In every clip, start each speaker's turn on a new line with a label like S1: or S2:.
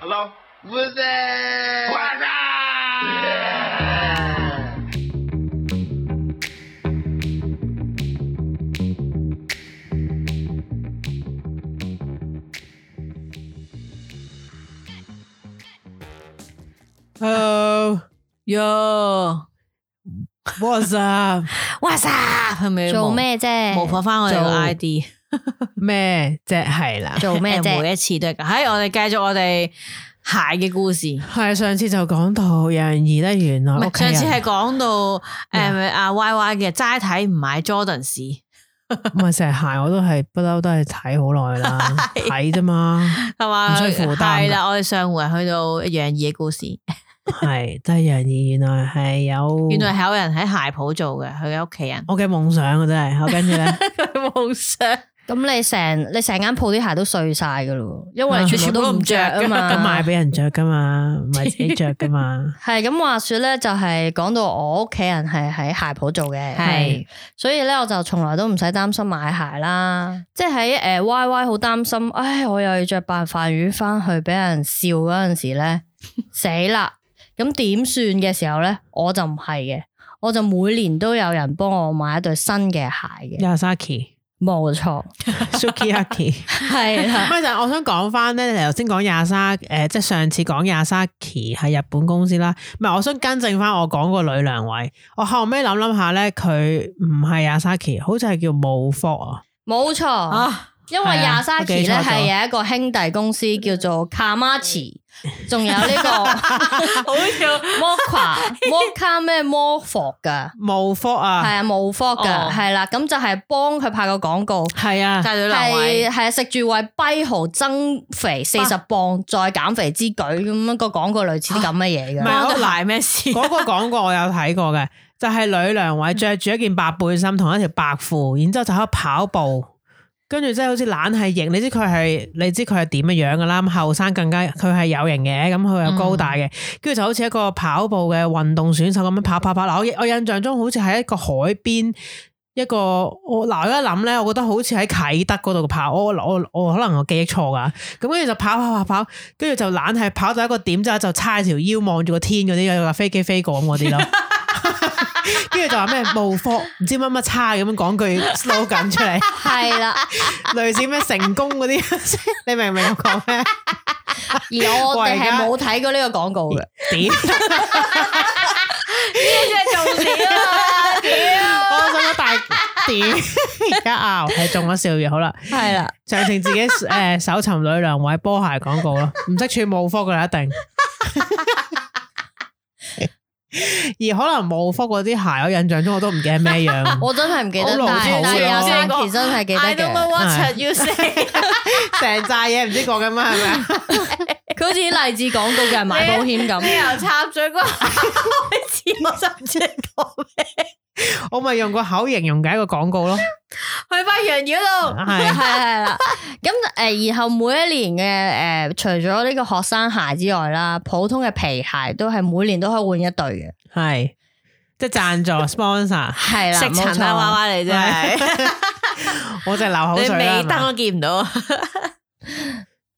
S1: hello?
S2: What's that?
S1: What's up?
S3: Hello, yo, what's up？
S4: What's up？係咪
S5: 做咩
S4: 模
S5: 啫？
S4: 仿翻我哋個
S3: 做
S4: ID？
S3: 咩啫？係啦，
S5: 做咩
S4: 誒
S5: 啫？
S4: 每一次都係咁。喺我哋繼續我哋鞋嘅故事。
S3: 係上次就講到有人移得原來
S4: 唔
S3: 屋
S4: 係
S3: 企
S4: 上
S3: 人
S4: 次係講到
S3: 啊咩
S4: 誒阿 Y Y 嘅齋睇唔買 Jordan 士，
S3: 唔係成日鞋，我都係不嬲都係睇好耐 啦，睇啫嘛，
S4: 係
S3: 唔
S4: 嘛？
S3: 需負擔㗎
S4: 啊係啦，我哋上回去到楊怡嘅故事，
S3: 係都係人移，原來係有，
S4: 原來係有人喺鞋鋪做嘅，佢嘅屋 企人。
S3: 我嘅夢想啊，真係，好跟住 咧，
S4: 夢想
S5: 咁你成你成間鋪啲鞋都碎晒噶咯，因為
S3: 啊
S5: 你全部都唔着啊
S3: 咁賣
S5: 嘛。
S3: 俾人着噶嘛，唔係自己着噶 嘛，
S5: 係咁話說咧，就係講到我屋企人係喺鞋鋪做嘅，
S4: 係
S5: 所以咧我就從來都唔使擔心買鞋啦。即係喺诶 Y Y 好擔心，唉，我又要着白飯魚翻去俾人笑嗰陣時咧，死啦！咁點算嘅時候咧，我就唔係嘅，我就每年都有人幫我買一對新嘅鞋嘅，
S3: Yasaki。
S5: 冇 錯，
S3: Sukiyaki，
S5: 係啦
S3: 唔。係就係我想講翻咧，你頭先講 Yasaki，誒即係上次講 Yasaki 係日本公司啦，唔係我想更正翻我講個女良偉，我後尾諗諗下咧，佢唔係 Yasaki，好似係叫冇福啊，
S5: 冇錯，
S4: 啊，
S5: 因為
S3: 係啊
S5: Yasaki
S3: 我記
S5: 咧
S3: 錯咗
S5: 係有一個兄弟公司叫做 Kamachi，仲有呢個
S4: 好笑。
S5: Moka Moka 咩 m o f o 噶，
S3: 冇福
S5: 係
S3: 啊，
S5: 啊 m o f o 噶，
S4: 哦
S5: 係啦，咁就係幫佢拍個廣告。
S3: 係啊，
S4: 帶女留位
S5: 係係啊食住為跛豪增肥四十磅再減肥之舉咁樣個廣告類似啲咁嘅嘢
S3: 唔係
S5: 嘅，
S4: 關
S3: 我
S4: 對鞋咩事？
S3: 嗰個廣告我有睇過嘅，就係呂良偉着住一件白背心同一條白褲，然之後就喺度跑步，跟住即係好似懶係型。你知佢係你知佢係點嘅樣噶啦，咁後生更加佢係有型嘅，咁佢又高大嘅，跟住、就好似一個跑步嘅運動選手咁樣跑跑跑。嗱，我我印象中好似喺一個海邊。一個我嗱，我一諗咧，我覺得好似喺啟德嗰度跑，我我我可能我記憶錯噶，咁跟住就跑跑跑跑，跟住就懶係跑到一個點之後就叉條腰望住個天嗰啲，有架飛機飛過咁嗰啲咯。跟住就話咩無科唔知乜乜叉咁樣講句 slogan 出嚟，
S5: 係啦。
S3: 類似咩成功嗰啲， 你明唔明我講 咩？
S5: 而我哋係冇睇過呢個廣告嘅，
S3: 點？
S4: 重點啊！
S3: 我想咗大點？而家拗係中咗笑嘅，好啦，
S5: 係啦。
S3: 長情 自己誒搜尋女良偉波鞋廣告咯，唔識串冇科噶啦，一 定。而可能冇科嗰啲鞋，我印象中我都唔記得咩 樣。
S5: 我真係唔記
S3: 好
S5: 得，
S3: 老
S5: 但係
S3: 土
S5: 但
S3: 啊
S5: 係有
S4: 呢個
S5: 三期真係記
S4: I
S5: 得
S4: don't
S5: 嘅
S4: know。what you say。
S3: 成扎嘢唔知講緊乜係咪 啊？
S5: 佢好似勵志廣告嘅人買保 險
S4: 你
S5: 咁，
S4: 由插嘴嗰下開始，我就唔知你講咩。
S3: 我咪用個口形容嘅一個廣告咯，
S4: 去翻羊魚度，
S5: 啊係
S3: 係
S5: 係啦。咁誒，然後每一年嘅誒，除咗呢個學生鞋之外啦，普通嘅皮鞋都係每年都可以換一對嘅，
S3: 係即係贊助 sponsor，
S5: 係啦，
S4: 食
S5: 冇
S4: 塵啊，娃
S5: 錯。
S4: 娃你真係，
S3: 我就係流口
S4: 你
S3: 水啦啊
S4: 尾
S3: 係嘛。
S4: 燈都見唔到。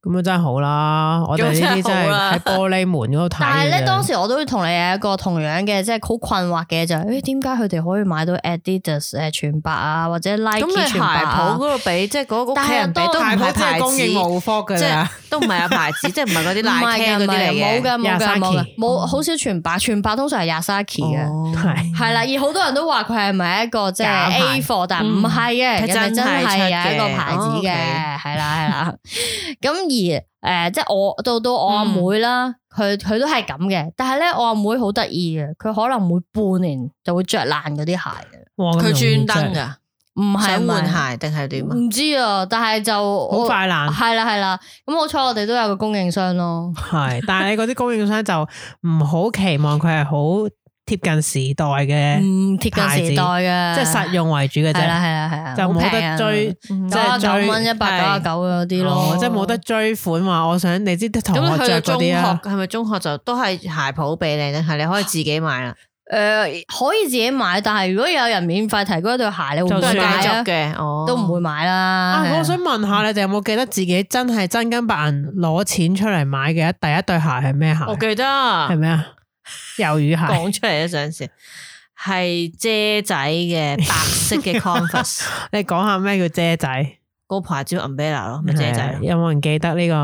S3: 咁啊真係好啦，我哋呢啲
S4: 咁真
S3: 真
S4: 係好
S3: 係
S4: 啦
S3: 喺玻璃門嗰度睇。
S5: 但係啊咧，當時我都同你有一個同樣嘅，即係好困惑嘅就係，誒點解佢哋可以買到 Adidas 誒全白啊，或者 Nike 全白啊？
S4: 度俾，即係嗰屋
S5: 但係啊都
S3: 泰國真係供應冇科㗎
S4: 即係
S3: 啦，
S4: 都唔係有 牌子，即係唔係嗰啲
S5: 唔係㗎，
S4: 奶 K
S5: 唔
S4: 嗰啲嚟
S5: 係
S4: 嘅。
S5: 冇㗎，冇㗎，冇㗎
S3: Yasaki，
S5: 冇好少全白，全白通常係 Yasaki 嘅。
S3: 係
S5: 哦系啦，而好多人都話佢係咪一個即係
S3: 假牌
S5: A 貨，但唔係嘅，
S4: 嗯
S5: 人哋真係有一個牌
S4: 真係
S5: 子
S4: 出
S5: 嘅，
S4: 嘅
S5: 係啦係啦。 咁而诶，即係我到到
S4: 嗯
S5: 我阿妹啦，佢佢都係咁嘅，但係咧我阿妹好得意嘅，佢可能每半年就會着爛嗰啲鞋嘅，
S3: 哇咁容易真係
S4: 佢專登㗎，
S5: 唔係
S4: 想
S5: 換
S4: 換鞋定係點啊？
S5: 唔知啊，但係就
S3: 好快爛
S5: 係啦係啦。咁好彩我哋都有個供應商咯，
S3: 係，但係你嗰啲供應商就唔好期望佢係好貼近時代嘅，
S5: 唔貼近時代嘅，
S3: 即係實用為主嘅
S5: 嗯
S3: 啫，
S5: 係啦係啦係啦，
S3: 就冇
S5: 好平啊
S3: 得追，
S4: 嗯
S3: 即
S5: 九啊
S3: 係
S5: 九
S3: 追
S5: 蚊一百九啊九嗰啲咯
S3: 哦，即係冇得追款話，我想你知啲同
S4: 咁
S3: 學
S4: 去到
S3: 着嗰
S4: 中學
S3: 啲啊。
S4: 係咪中學就都係鞋鋪俾你定係你可以自己買啦？
S5: 诶，可以自己買，但係如果有人免費提供一對鞋，你會唔
S3: 就
S5: 會
S3: 算
S5: 買
S4: 繼續？
S5: 啊
S4: 嘅，哦，
S5: 都唔會買啦。係
S3: 啊！
S5: 啊
S3: 我想問下你哋有冇記得自己真係真金白銀攞錢出嚟買嘅第一對鞋係咩鞋？
S4: 我記得
S3: 係咩啊？魷魚鞋。
S4: 講出嚟啊！上次係遮仔嘅白色 嘅 Converse，
S3: 你講下咩叫遮仔？
S4: 嗰排叫 umbrella 咯，咪遮仔
S3: 係
S4: 咯。
S3: 有冇人記得呢個？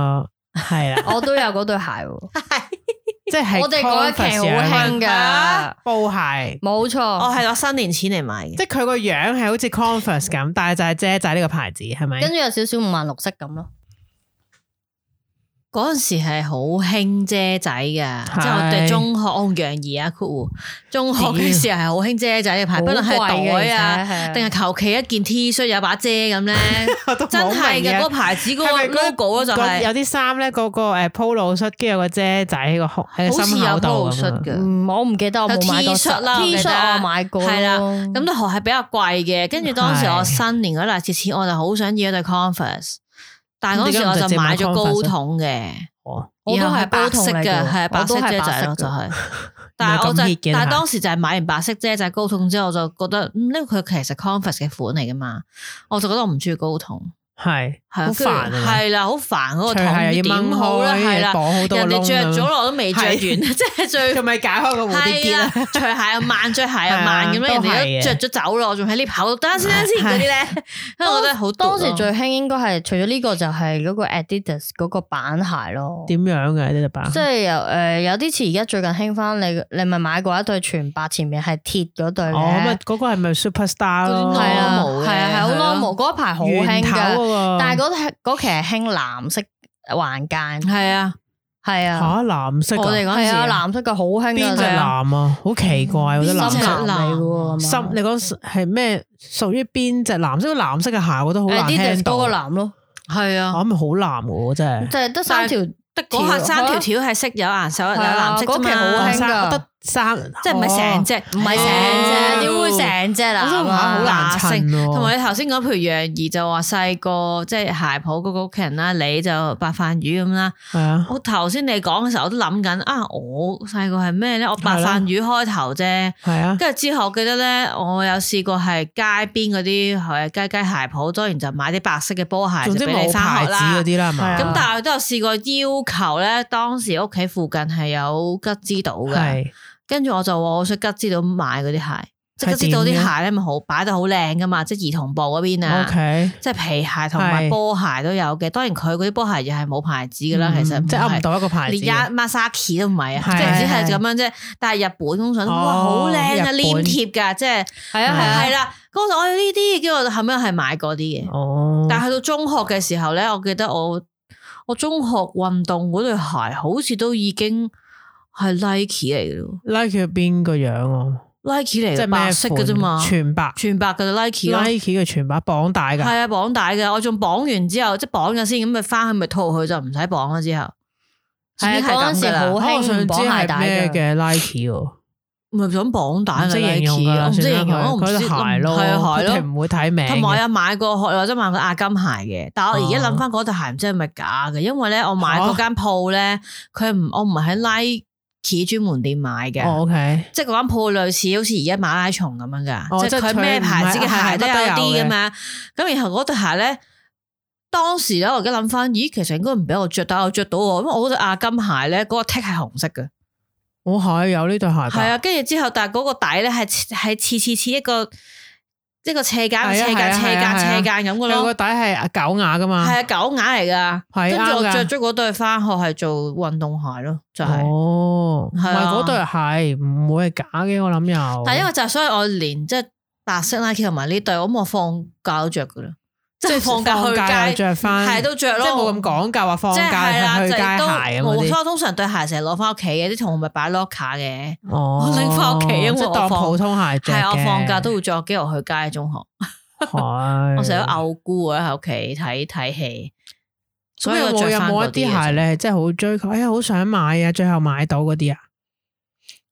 S3: 係 啦，
S5: 我都有嗰對鞋喎，
S3: 即係
S5: 我哋嗰一期好
S3: Converse 啊樣
S5: 興㗎，
S3: 布鞋。
S5: 冇錯。
S4: 我哦係攞新年錢嚟買嘅，
S3: 即係佢個樣係好似 Converse 咁，但係就係遮仔呢個牌子，係咪
S5: 跟？住有少少五顏六色咁咯。
S4: 嗰陣時係好興遮仔嘅，即係我哋中學，我唔楊怡啊，括弧中學嘅時候係好興遮仔嘅牌，
S5: 好
S4: 不論係
S5: 貴嘅
S4: 袋
S5: 而且
S4: 啊，
S5: 係
S4: 定係求其一件 T 恤有把遮咁 咧，
S3: 我都冇
S4: 真係
S3: 明
S4: 嘅嗰個牌子嗰個
S3: 係咪嗰
S4: logo 咯就
S3: 嗰
S4: 係
S3: 有。啲衫咧，嗰個誒 polo 恤，跟住有個遮仔喺個胸喺個
S4: 好似
S3: 心
S4: 有
S3: 口度咁啊
S4: polo 恤
S3: 樣。
S4: 嘅。
S5: 嗯，我唔記得我
S4: 有
S5: 冇買
S4: T
S5: 過
S4: 恤啦
S5: T
S4: 我記得
S5: 恤我買過咯，
S4: 係啦咁對鞋係比較貴嘅，跟住當時
S3: 係
S4: 我新年嗰陣節錢，我就好想要一對 Converse，但係嗰陣時
S3: 點解唔
S4: 我
S3: 直接
S4: 就
S3: 買 Converse
S4: 買咗
S3: 啊
S4: 高筒嘅，
S3: 哦
S5: 我都
S4: 然後
S5: 係
S4: 係白色
S5: 高筒嚟
S4: 嘅，
S5: 嘅
S4: 係白色
S5: 我都係
S4: 遮
S5: 白
S4: 仔
S5: 色
S4: 咯，
S5: 嘅
S4: 就係。但係我
S3: 咁 hit
S4: 就
S3: 嘅鞋
S4: 但係當時就係買完白色遮仔高筒之後，我就覺得嗯呢個佢其實 Converse 嘅款嚟噶嘛，我就覺得我唔中意高筒，
S3: 係
S4: 係啊
S3: 好煩啊！
S4: 跟住係啦，好煩嗰個
S3: 除
S4: 筒
S3: 係啊又要掹
S4: 點好啦，
S3: 開，
S4: 係啦
S3: 綁，好多
S4: 人
S3: 個
S4: 哋
S3: 窿
S4: 着
S3: 咁
S4: 咗
S3: 樣
S4: 落我都未着完，
S3: 係
S4: 即係最
S3: 佢咪解開個蝴蝶
S4: 係
S3: 結
S4: 啊
S3: 啊！，
S4: 除鞋又慢，着鞋又慢咁樣，
S3: 係啊
S4: 人
S3: 都係
S4: 哋
S3: 嘅
S4: 都着咗走咯，我仲喺呢跑，等下先，等下先嗰啲咧，因為我覺得好啊
S5: 當
S4: 時
S5: 時最興應該係除咗呢個就係嗰個 Adidas 嗰個板鞋咯。
S3: 點啊樣嘅呢隻版？
S5: 即係由诶有啲似而家最近興翻，你你咪買過一對全白，前面係鐵嗰對嘅，
S3: 哦，咁啊，嗰個係咪 Superstar 咯？
S5: 係啊
S4: normal 嘅
S5: 係啊係好
S4: 係咯
S5: normal 嗰一排好
S3: 圓
S5: 興
S3: 頭嗰
S5: 㗎，
S3: 個。
S5: 但係嗰嗰期係興藍色環間，
S4: 係啊，
S5: 係啊，
S3: 嚇藍色
S4: 我哋
S3: 㗎，
S4: 嗰陣
S5: 係啊
S4: 時
S5: 藍色嘅好興
S3: 邊
S5: 㗎，
S3: 隻
S5: 真係
S3: 藍啊？好奇怪，我覺得藍
S4: 邊隻
S5: 深
S3: 色
S5: 藍嚟嘅喎，啊
S3: 深，你講係咩？屬於邊隻藍色？藍色嘅鞋我覺得好難
S5: Adidas
S3: 聽到。
S5: 嗰個藍咯，
S4: 係
S3: 啊
S4: 啊，
S3: 咁咪好藍嘅喎，真係。
S5: 就係得三條，
S4: 得嗰下三條條係色有顏色有
S5: 係啊
S4: 藍色啫
S5: 嗰期好
S4: 嘛
S5: 興，㗎
S3: 我得三，
S4: 即係唔係
S3: 哦
S4: 成隻，唔
S5: 唔係成隻，點會成隻
S3: 我
S5: 藍
S3: 都話好
S5: 啊？
S3: 難
S4: 藍色
S3: 襯喎
S4: 同埋你頭先講，譬如楊怡就話細個即係鞋鋪嗰個屋企人啦，你就白飯魚咁啦。
S3: 係啊，
S4: 我頭先你講嘅時候，我都諗緊啊，我細個係咩咧？我白飯魚開頭啫。
S3: 係啊，
S4: 跟住之後，我記得咧，我有試過係街邊嗰啲係街街鞋鋪，當然就買啲白色嘅波鞋
S3: 總之
S4: 就俾你
S3: 冇
S4: 翻
S3: 牌
S4: 學
S3: 子
S4: 啦
S3: 嗰。啲啦，係
S5: 係
S3: 嘛？
S5: 啊
S4: 咁但係我都有試過要求咧，當時屋企附近係有吉之島嘅，
S3: 係
S4: 跟住我就話我想吉之島買嗰啲鞋，即係
S3: 係
S4: 吉之島啲
S3: 點嘅
S4: 鞋咧咪好擺得好靚噶嘛，即係兒童部嗰邊啊。
S3: OK，
S4: 即係皮鞋同埋
S3: 係
S4: 波鞋都有嘅，當然佢嗰啲波鞋又係冇牌子噶啦，其實
S3: 嗯即係
S4: 係
S3: 噏唔到一個牌子
S4: 連
S3: 嘅。
S4: 一 Masaki 都唔係啊，
S3: 係
S4: 即係只
S5: 係
S4: 係咁樣啫。但係日本通常都哇好
S3: 哦
S4: 靚
S3: 日
S4: 啊，
S3: 本
S4: 黏貼㗎，即係
S5: 係啊係啊
S4: 係。啦。嗰陣我有呢啲，跟住我後尾係買嗰啲嘅。
S3: 哦，
S4: 但係去到中學嘅時候咧，我記得我我中學運動嗰對鞋好似都已經係 Nike 嚟嘅咯
S3: Nike 邊個樣啊？
S4: ，Nike 嚟
S3: 即
S4: 嘅
S3: 係
S4: 白
S3: 咩
S4: 色嘅啫嘛
S3: 款，全白
S4: 全白嘅 Nike 咯。
S3: Nike 嘅全白綁帶
S4: 系
S3: 㗎，
S4: 啊，綁帶嘅，我仲綁完之後，即系绑咗先，咁咪翻去咪套佢就唔使綁啦。之後
S5: 係啊
S4: 總之係咁㗎啦
S5: 嗰陣時好
S3: 哦我想知係咩嘅 Nike 喎，
S4: 唔係想綁帶
S3: 唔
S4: 嘅
S3: 識形容
S4: Nike，
S3: 㗎啦，
S4: 啊我唔識
S3: 算啦
S4: 形容，我
S3: 佢
S4: 唔
S3: 嗰
S4: 知
S3: 對鞋咯，
S4: 係啊
S3: 佢
S4: 係
S3: 哋
S4: 咯。
S3: 唔會睇名嘅。
S4: 同埋我有買過，或者買過亞金鞋嘅，但係我而家諗
S3: 哦
S4: 翻嗰對鞋唔知係咪假嘅，因為咧我買嗰間鋪咧，佢唔我唔係喺 Nike 專門店買嘅。
S3: 哦，OK，
S4: 即係嗰間鋪類似好似而家馬拉松咁樣噶，
S3: 哦
S4: 即係
S3: 即係
S4: 佢
S3: 佢
S4: 咩牌子嘅
S3: 唔係
S4: 鞋都有
S3: 係乜都
S4: 啲
S3: 有
S4: 咁
S3: 嘅
S4: 樣。咁然後嗰對鞋咧，當時咧我而家諗翻，咦，其實應該唔俾我着，但係我着到喎，因為我嗰對亞金鞋咧，嗰、個 tick 係紅色嘅，
S3: 我係有呢對鞋㗎。
S4: 係啊。跟住之後，但係嗰個底咧係切係似似似一個一個斜間
S3: 係啊
S4: 斜
S3: 係
S4: 間
S3: 啊
S4: 斜
S3: 係啊
S4: 間
S3: 係啊
S4: 斜間咁嘅
S3: 佢
S4: 咯
S3: 個，底係狗牙噶嘛？
S4: 係啊，狗眼嚟噶。
S3: 係啊
S4: 跟住我
S3: 啱㗎
S4: 着咗嗰對翻學係做運動鞋咯，就係、啊
S3: 哦，唔
S4: 係
S3: 係
S4: 啊
S3: 嗰對鞋唔會係假嘅，我諗又。
S4: 但因為就係所以我連即係白色 Nike 同埋呢對，我咁我放假都着噶啦，即係放假去
S3: 放假
S4: 街
S3: 又着返
S4: 係都着咯，
S3: 即係冇咁講究話放
S4: 即係
S3: 假
S4: 係啦，
S3: 係去
S4: 就
S3: 街
S4: 係都
S3: 鞋咁啊嗰
S4: 冇，所以
S3: 啲。
S4: 我通常對鞋成日攞翻屋企嘅，啲同學咪擺 locker 嘅，
S3: 哦，
S4: 我拎返屋企因為
S3: 即係
S4: 我
S3: 當
S4: 放
S3: 普通鞋着
S4: 係
S3: 嘅。
S4: 啊我放假 都會着機落去街啊中學，
S3: 係。
S4: 我成日都嘔姑啊喺屋企睇睇戲，所
S3: 咁
S4: 以
S3: 有
S4: 我
S3: 冇
S4: 着
S3: 有
S4: 返
S3: 冇一
S4: 嗰啲啊
S3: 啲鞋
S4: 嘅啫
S3: 咧？即係好追求，哎呀，好想買啊！最後買到嗰啲啊，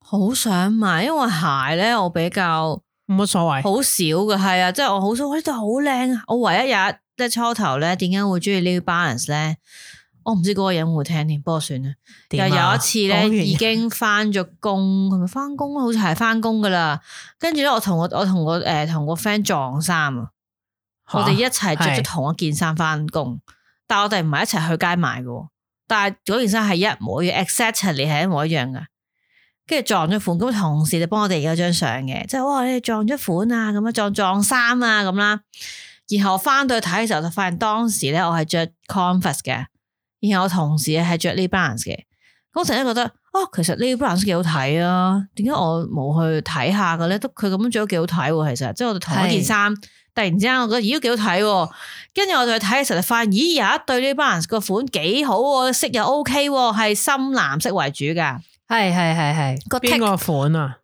S4: 好想買，因為鞋咧我比較。
S3: 冇乜所謂。
S4: 好少嘅，係啊，即係我好想，哇呢對好靚啊！我唯一日即係初頭咧，點解會中意呢個 balance 咧？我唔知嗰個人會唔會聽添，不過算啦。又
S3: 點
S4: 有
S3: 啊
S4: 一次
S3: 講
S4: 咧，
S3: 完
S4: 已經翻咗工，係咪翻工？好似係翻工噶啦。跟住咧，我同我我同我誒同個 friend 撞衫啊！我哋一齊着咗
S3: 係
S4: 同一件衫翻工，但我哋唔係一齊去街買嘅喎，但係嗰件衫係一模一樣，exactly 係一模一樣嘅。跟住撞咗款，咁同事就幫我哋影咗張相嘅，即係哇你哋撞咗款啊，咁樣撞撞衫啊咁啦。然後我翻到去睇嘅時候，就發現當時咧我係着 Converse 嘅，然後我同事係着 New Balance 嘅。咁我成日覺得哦，其實 New Balance 幾好睇啊，點解我冇去睇下嘅咧？都佢咁樣着都幾好睇喎，其實即係我哋同一件
S5: 係
S4: 衫。突然之間，我覺得咦都幾好睇喎，跟住我就去睇嘅時候就發現，咦有一對呢 balance 個款幾好喎，色又 OK 喎，係深藍色為主㗎，
S5: 係係係係，
S4: 個
S3: 邊
S4: tick
S3: 個款啊？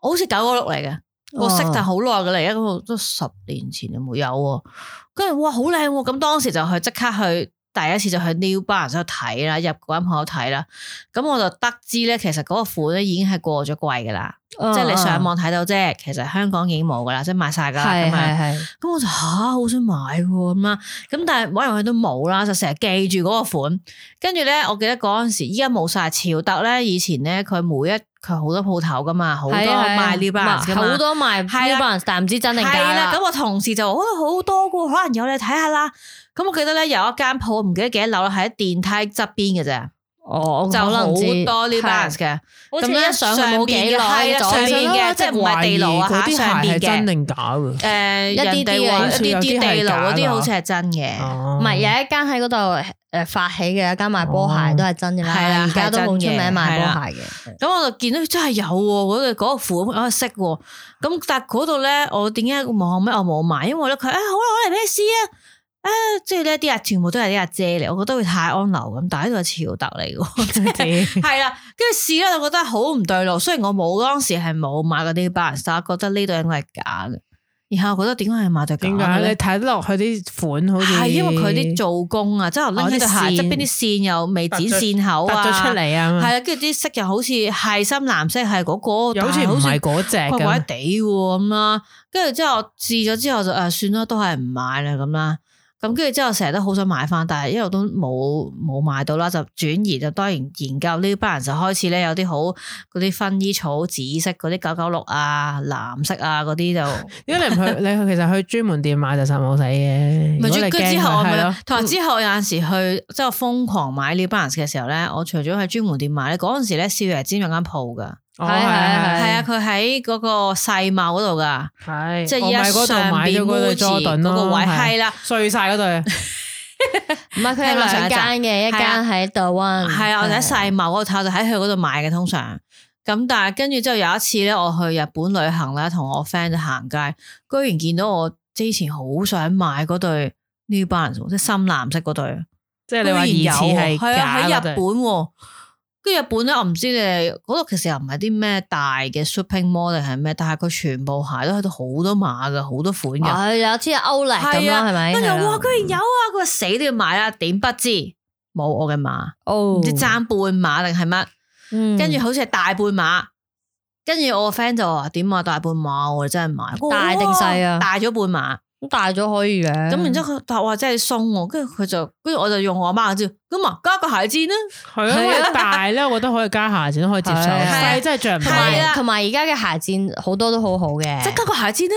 S4: 好似九個六嚟嘅，個色
S5: 哦
S4: 就好耐嘅嚟，而家嗰個都十年前就冇有喎，跟住哇好靚喎，咁當時就去即刻去。第一次就去 New Balance 度睇啦，入嗰間鋪頭睇啦，咁我就得知咧，其實嗰個款咧已經係過咗季㗎啦，
S5: 哦
S4: 即係你上網睇到啫，其實香港已經冇㗎啦，即係賣晒㗎啦
S5: 係
S4: 咁啊樣
S5: 係。係
S4: 咁我就吓好想買喎咁啦，咁但係搵嚟去都冇啦，就成日記住嗰個款。跟住咧，我記得嗰陣時，依家冇晒潮特咧，以前咧佢每一佢好多鋪頭噶嘛，好多
S5: 係啊係啊
S4: 賣 New Balance 噶
S5: 好
S4: 嘛。
S5: 多賣 New
S4: 係啦
S5: Balance，但唔知真定假
S4: 係啦，
S5: 啦。
S4: 咁我同事就話好好多噶，可能有你睇下啦。咁我記得咧有一間鋪，唔記得幾多樓啦，係喺電梯側邊嘅啫，
S5: 哦，我
S4: 就
S5: 可
S4: 好
S5: 能知
S4: 多 New
S5: 係
S4: Balance 嘅。
S5: 好似
S4: 咁咧
S5: 一上去冇幾耐，
S4: 上邊嘅係啊
S5: 左
S4: 上邊
S5: 邊
S4: 嘅即係唔係地牢啊
S3: 嗰啲
S4: 嚇
S3: 鞋
S4: 上邊嘅
S3: 係真定假啊嘅？
S4: 誒，
S5: 一啲
S4: 呃人哋
S5: 啲嘅
S4: 話
S5: 好
S4: 一
S3: 似
S4: 啲
S3: 有啲
S4: 啲地
S3: 係
S4: 牢嗰
S3: 假
S4: 啲
S3: 㗎
S4: 好似係真嘅。
S3: 哦
S4: 嗯
S5: 唔係有一間喺嗰度誒發起嘅一間賣波鞋都係真嘅
S4: 哦係啦
S5: 啦，而家都好出名賣波鞋嘅。
S4: 咁我就見到真係有喎，嗰個嗰個款我識喎。咁但係嗰度咧，我點解望咩？我冇買，因為咧佢啊好啦，我嚟俾你試啊！啊，即係呢啲啊，全部都係啲阿姐嚟，我覺得會太安流咁，但係呢個係潮特 嚟嘅，真係 係啦。跟住試咧，我覺得好唔對路。雖然我冇嗰陣時係冇買嗰啲 balance，但我覺得呢對應該係假嘅。然後我覺得點解係買對假
S3: 點
S4: 嘅
S3: 解你
S4: 咧？
S3: 睇得落去啲款好似
S4: 係因為佢啲做工啊，即係我拎起對鞋
S3: 哦啲線
S4: 側邊啲線又未剪線口
S3: 突
S4: 啊，
S3: 咗出嚟啊
S4: 系
S3: 嘛，
S4: 啊，跟住啲色又好似係深藍色，係嗰、個，
S3: 又好似
S4: 但係
S3: 唔係嗰只
S4: 怪怪
S3: 咁。
S4: 地喎咁啦。跟住之後我試咗之後就誒、算啦，都係唔買啦咁啦。咁跟住之後成日都好想買翻，但係一路都冇冇買到啦，就轉移就當然研究呢班人就開始咧有啲好嗰啲薰衣草紫色嗰啲九九六啊、藍色啊嗰啲就。
S3: 點解你唔 去？你去其實去專門店買就實冇使嘅。如
S4: 咪
S3: 果你
S4: 跟住
S3: 驚
S4: 之後
S3: 佢係
S4: 我咪
S3: 咯，嗯
S4: 同埋之後有陣時去即係瘋狂買 New Balance 嘅時候咧，我除咗喺專門店買咧，嗰陣時咧少爺尖有間鋪㗎，
S3: 哦
S5: 係 係
S4: 係啊，佢喺嗰個世貿嗰度㗎，
S3: 係
S4: 即係
S3: 我
S4: 依家
S3: 咪嗰度
S4: 上
S3: 買咗
S4: 邊
S3: 嗰對
S4: Muji
S3: Jordan
S4: 嗰個
S3: 咯，
S4: 位係啦，
S3: 碎晒嗰對，
S5: 唔係佢有兩間嘅，一間喺嗯 The
S4: 啊
S5: One，
S4: 係啊，我哋喺世貿嗰度睇，就喺佢嗰度買嘅通常。咁但係跟住之後有一次咧，我去日本旅行啦，同我 friend 就行街，居然見到我之前好想買嗰對 New Balance，喎即係深藍色嗰對。
S3: 即係你話疑
S4: 居
S3: 似
S4: 然有喎
S3: 係
S4: 係啊，
S3: 假
S4: 喺
S3: 嗰
S4: 日
S3: 對
S4: 本喎。跟住日本咧，我唔知你哋嗰度其實又唔係啲咩大嘅 shopping mall 定係咩，但係佢全部鞋都喺度好多碼嘅，好多款嘅。
S5: 係有啲歐力咁
S4: 係啊
S5: 咯，哦係咪？
S4: 跟住我哇，居然有啊！佢話死都要買啦，點不知冇我嘅碼，
S5: 哦，
S4: 唔知爭半碼定係乜？
S5: 嗯，
S4: 跟住好似係大半碼。跟住我個 friend 就話：點啊，大半碼我哋真係買。我話
S5: 大定細
S4: 哇
S5: 啊嗯
S4: 大咗半碼。
S5: 咁大咗可以嘅。
S4: 咁然之後佢話：哇，真係鬆喎。跟住佢就，跟住我就用我媽嘅招，咁啊加個鞋墊啦。
S3: 係啊，因為大咧，我覺得可以加下先可以接受，
S5: 係啊
S3: 細真係着唔
S5: 同
S3: 到。
S4: 係啊
S5: 埋同埋而家嘅鞋墊好多都好好嘅，
S4: 即係加個鞋墊啦。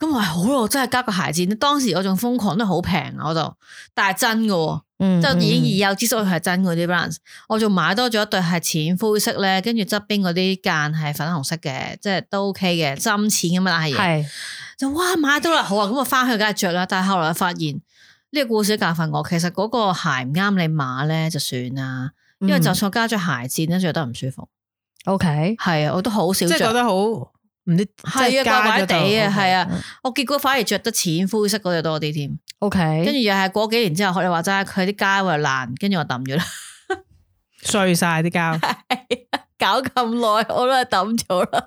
S4: 咁我係好咯，我真係加個鞋墊。當時我仲瘋狂都好平啊，我就，但係真嘅喎，
S5: 嗯
S4: 即係已經已
S5: 嗯
S4: 有之所以係真嗰啲 balance。我仲買多咗一對係淺灰色咧，跟住側邊嗰啲間係粉紅色嘅，即係都 OK 嘅，針淺咁啊，但係
S5: 嗯係
S4: 就哇買到啦，好啊，咁我翻去梗係着啦。但係後來發現呢個故事教訓我，其實嗰個鞋唔啱你碼咧就算啦，因
S5: 嗯
S4: 為就算我加咗鞋墊咧，着得唔舒服。
S5: OK，
S4: 係啊，我都好少
S3: 即係
S4: 着
S3: 覺。得好唔知，
S4: 係啊，怪怪地啊，係
S3: 啊，
S4: 啊，我結果反而着得淺灰色嗰只多啲添，
S5: OK，
S4: 跟住又係過幾年之後，學你話齋，佢啲膠又爛，跟住我抌咗啦，
S3: 碎晒啲膠。
S4: 搞咁耐我都係抌咗 啦。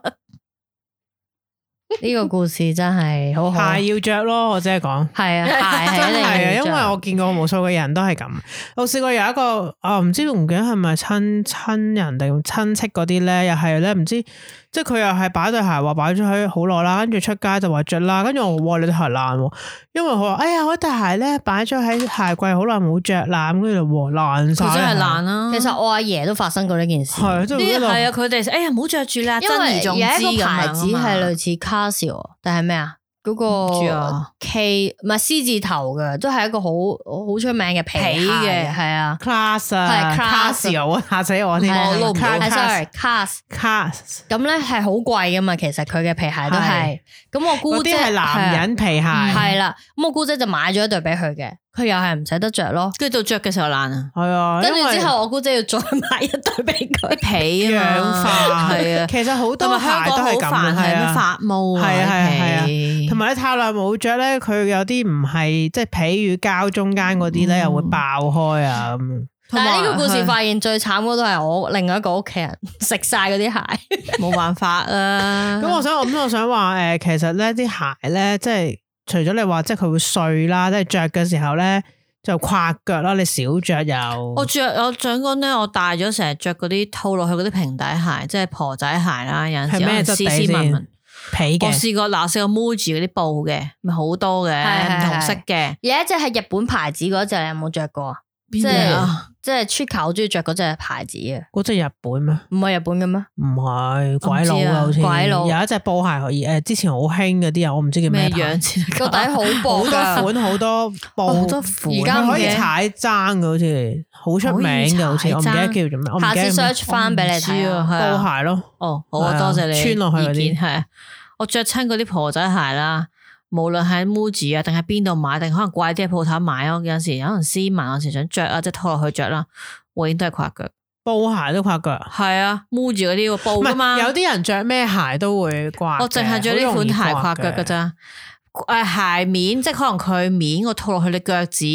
S5: 呢個故事真係好好，
S3: 鞋
S5: 係
S3: 要着咯，我只係講。
S5: 啊，鞋
S3: 真
S5: 係一定
S3: 係啊，
S5: 要
S3: 因為
S5: 着
S3: 我見過無數嘅人都係咁。我試過有一個啊，唔知唔記得係咪親親人定親戚嗰啲咧，又係咧，唔知即即係佢又係擺對鞋話擺咗喺好耐啦，跟住出街就話着啦，跟住我話哇你對鞋爛喎，因為佢話哎呀我對鞋咧擺咗喺鞋櫃好耐冇着啦，咁跟住就哇爛啊晒，
S4: 佢真係爛啦。
S5: 其實我阿爺都發生過呢件事，
S3: 係即係
S4: 呢
S3: 嗰度
S4: 係啊，佢哋哎呀唔好着住啦，
S5: 因
S4: 珍而
S5: 為有
S4: 重之
S5: 一
S4: 咁
S5: 個
S4: 樣
S5: 牌
S4: 啊
S5: 子
S4: 嘛
S5: 係類似 Casio，但係咩啊？嗰
S4: 唔知
S5: 個
S4: 啊
S5: K 唔係 C 字頭嘅，都係一個好好出名嘅皮
S4: 皮
S5: 鞋
S4: 嘅
S5: 係啊，
S3: class 啊
S5: 係 class
S3: class 啊，嚇死我添，
S5: 係啊
S4: 我撈唔到
S5: 係
S3: class
S5: sorry，Cas。
S3: class
S5: 咁咧係好貴噶嘛，其實佢嘅皮鞋都係
S3: 係。
S5: 咁我
S3: 嗰
S5: 姑姐
S3: 啲係男人皮鞋，
S5: 係啦，咁我姑姐就買咗一對俾佢嘅，佢又係唔捨得着咯。
S4: 跟住到着嘅時候爛啊，
S3: 係啊，
S5: 跟
S3: 因
S5: 住
S3: 為
S5: 之後，我姑姐要再買一對俾佢。
S4: 皮 啊
S3: 氧化
S4: 係啊，
S3: 其實好
S4: 同
S3: 多
S4: 埋
S3: 鞋
S4: 香
S3: 都
S4: 港好
S3: 係咁啊，係
S4: 煩係咩
S3: 啊。
S4: 發毛啊，
S3: 係啊係啊
S4: 啲皮
S3: 同埋你太耐冇着咧，佢有啲唔係即係皮與膠中間嗰啲咧，
S4: 嗯
S3: 又會爆開啊咁。
S5: 但係呢個
S3: 啊
S5: 故事
S4: 快
S5: 發現最慘嗰都係我另外一個屋企人食晒嗰啲鞋。
S4: 冇辦法啊啦。
S3: 咁我想咁我想話誒，其實咧啲鞋咧，即係除咗你話即係佢會碎啦，即係着嘅時候咧就跨腳啦，你少着又。
S4: 我着我長官咧，我戴咗成日着嗰啲套落去嗰啲平底鞋，即係婆仔鞋啦，有陣
S3: 係咩
S4: 時
S3: 質
S4: 斯
S3: 地
S4: 斯文文
S3: 先。皮
S4: 我
S3: 嘅，
S4: 試過嗱，試過 Muji 嗰啲布嘅，咪好多嘅，
S5: 係係
S4: 唔同色嘅，
S5: 有一隻係日本牌子嗰只，你有冇着過啊？
S4: 即
S5: 隻
S4: 係
S5: 即係 Chica 好中意着嗰只牌子嘅，
S3: 嗰只日本咩？
S5: 唔係日本嘅咩？
S3: 唔係鬼佬啊，好似
S5: 鬼佬
S3: 有一隻布鞋，誒之前好興嗰啲啊，我唔知叫咩
S4: 咩
S3: 牌
S4: 樣先得㗎？
S5: 個底好
S3: 好
S5: 薄啊
S3: 多
S5: 㗎
S3: 款好多
S4: 哦好
S3: 布
S4: 多款
S5: 而家
S3: 佢
S5: 唔
S3: 可以
S5: 嘅
S3: 踩踭嘅，好似好出名嘅，好似我唔記得叫做咩，我唔
S5: 下
S3: 記得
S5: 次 search 翻俾你
S4: 我唔
S5: 睇
S4: 知啊
S5: 啊。
S4: 係
S3: 布鞋咯。
S4: 哦，好
S3: 係
S4: 啊，
S3: 啊
S4: 多謝你
S3: 穿落去嗰啲
S4: 系啊，我着親嗰啲婆仔鞋啦，無論喺 Muji 啊，定喺邊度買，定可能貴啲嘅鋪頭買啊咯。有陣時可能斯文，有陣時想着啊，即係拖落去着啦，永遠都係跨腳。
S3: 布鞋都跨腳，
S4: 係啊，Muji 嗰啲個
S3: 唔
S4: 布噶嘛
S3: 係，有啲人着咩鞋都會跨嘅。
S4: 哦我淨係着呢款鞋跨腳
S3: 嘅
S4: 噶。咋。诶，鞋面即係可能佢面個套落去你腳趾。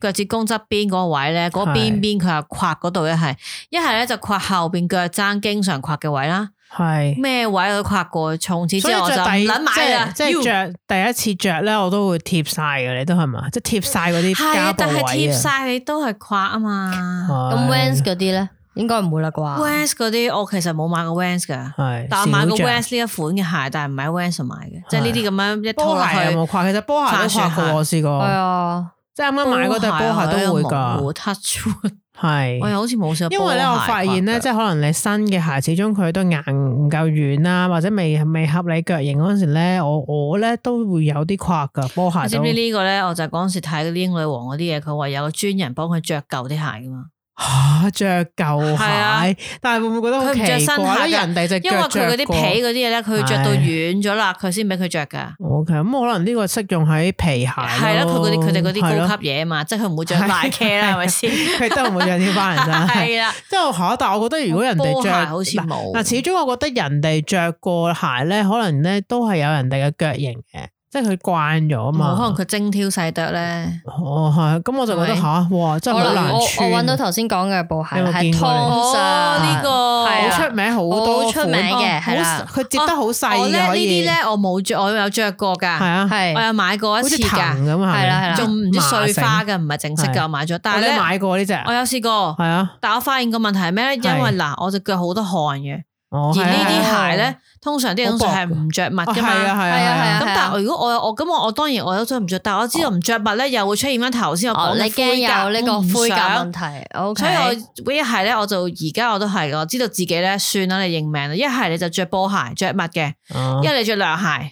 S4: 腳趾公側邊嗰個位咧，嗰
S3: 係
S4: 邊邊佢又跨嗰度一係，一係咧就跨後邊腳踭經常跨嘅位啦。
S3: 係，
S4: 咩位我都跨過，從此之
S3: 所以
S4: 後我就
S3: 着
S4: 唔
S3: 第
S4: 撚
S3: 即
S4: 買啦。
S3: 係即係
S4: You
S3: 着第一次着咧，我都會貼晒嘅，你都係嘛？即係貼晒嗰啲
S4: 係啊
S3: 膠布
S4: 但係
S3: 位
S4: 貼晒你都係跨啊嘛。
S3: 啊。
S5: 咁 Vans
S3: 係
S5: 嗰啲咧，應該唔會啦
S4: Vans
S5: 啩？
S4: 嗰啲我其實冇買過 Vans 噶，
S3: 係，
S4: 但我買
S3: 少
S4: 過
S3: 着
S4: Vans 呢一款嘅鞋，但係唔喺 Vans 度買嘅，即係呢啲咁樣一套
S3: 波
S4: 落
S3: 鞋有
S4: 去
S3: 冇。跨？其實波鞋都跨
S4: 帆船
S3: 過，
S4: 鞋
S3: 我試
S5: 係
S3: 過，
S5: 啊，
S3: 即係啱啱買
S4: 哦
S3: 嗰對
S4: 啊
S3: 波鞋都會㗎，
S4: touch wood，
S3: 係
S4: 我。又好似冇試過
S3: 因為
S4: 為
S3: 咧，我發現咧，即係可能你新嘅鞋，始終佢都硬唔夠軟啦，或者未未合你腳型嗰陣時咧，我我咧都會有啲跨噶波
S4: 你
S3: 鞋
S4: 知
S3: 都
S4: 唔知呢個咧？我就係嗰陣時睇嗰啲英女王嗰啲嘢，佢話有個專人幫佢着舊啲鞋噶嘛，
S3: 嚇着舊
S4: 係啊
S3: 鞋，但係會唔會覺得好
S4: 佢唔着
S3: 奇
S4: 新
S3: 怪
S4: 鞋
S3: 咧？
S4: 㗎
S3: 人哋隻
S4: 因為
S3: 腳
S4: 佢
S3: 着
S4: 嗰啲
S3: 過
S4: 皮嗰啲嘢咧，佢要着到
S3: 係
S4: 軟咗啦，佢先俾佢着噶。
S3: O K，咁可能呢個適用喺皮鞋
S4: 係啦，佢嗰啲佢哋嗰啲
S3: 係咯
S4: 高級嘢啊嘛，即係佢唔會着大 K 啦，係咪先？
S3: 佢都唔會着啲翻人真係
S4: 係啦，
S3: 即係嚇，但係我覺得如果人哋
S4: 波鞋
S3: 着
S4: 好似
S3: 嗱
S4: 冇
S3: 嗱，始終我覺得人哋着過鞋咧，可能咧都係有人哋嘅腳型嘅，即係佢慣咗啊嘛。
S4: 哦冇可能佢精挑細剁咧。
S3: 哦，係，咁我就覺得
S4: 係咪
S3: 吓，哇，真係
S5: 我
S3: 好
S5: 我
S3: 難
S5: 我
S3: 穿。
S5: 揾到頭先講嘅布鞋
S3: 你有
S5: 啦
S3: 冇
S5: 係
S3: 見過
S5: Tom's
S4: 哦，
S5: 啊
S4: 呢個
S5: 係啊
S3: 好出名，好多
S5: 好出名
S3: 款
S5: 嘅
S3: 哦
S5: 係啦
S3: 好佢接得好細
S4: 我咧
S3: 嘅，
S4: 呢
S3: 可
S4: 啲
S3: 以
S4: 咧，我冇着，我有着過㗎。
S3: 係啊，
S5: 係
S4: 我有買過一
S3: 好
S4: 次
S3: 似藤
S4: 㗎，
S3: 咁啊，
S5: 係啦係啦
S4: 仲唔知碎花
S3: 嘅。
S4: 嘅，唔係正式
S3: 係
S4: 㗎，我買咗。但
S3: 我
S4: 係
S3: 咧
S4: 咧，
S3: 買過呢只，
S4: 我
S3: 係
S4: 有試過，
S3: 啊，
S4: 但我發現個問題係咩咧？因為
S3: 係
S4: 嗱，我隻腳好多汗嘅，
S3: 哦
S4: 而
S3: 係啊
S4: 呢
S3: 係啊
S4: 啲鞋咧，通常啲人
S3: 好
S4: 通
S3: 薄
S4: 常係唔着襪
S3: 哦
S4: 㗎
S3: 係啊係
S4: 嘛。
S3: 啊
S5: 係啊
S3: 係
S5: 係啊
S4: 咁但係如果我我咁我我當然我有着唔着，但係我知道唔着襪咧又會出現翻頭先我
S5: 哦
S4: 講
S5: 你
S4: 嘅
S5: 驚
S4: 灰格
S5: 有呢個灰格問。題
S4: 我唔
S5: ？O
S4: 想所以
S5: K，
S4: 我一係咧，我就而家我都係嘅，我知道自己咧算啦，你認命啦。一係你就着波鞋、着襪嘅，
S3: 哦
S4: 一係你着涼鞋，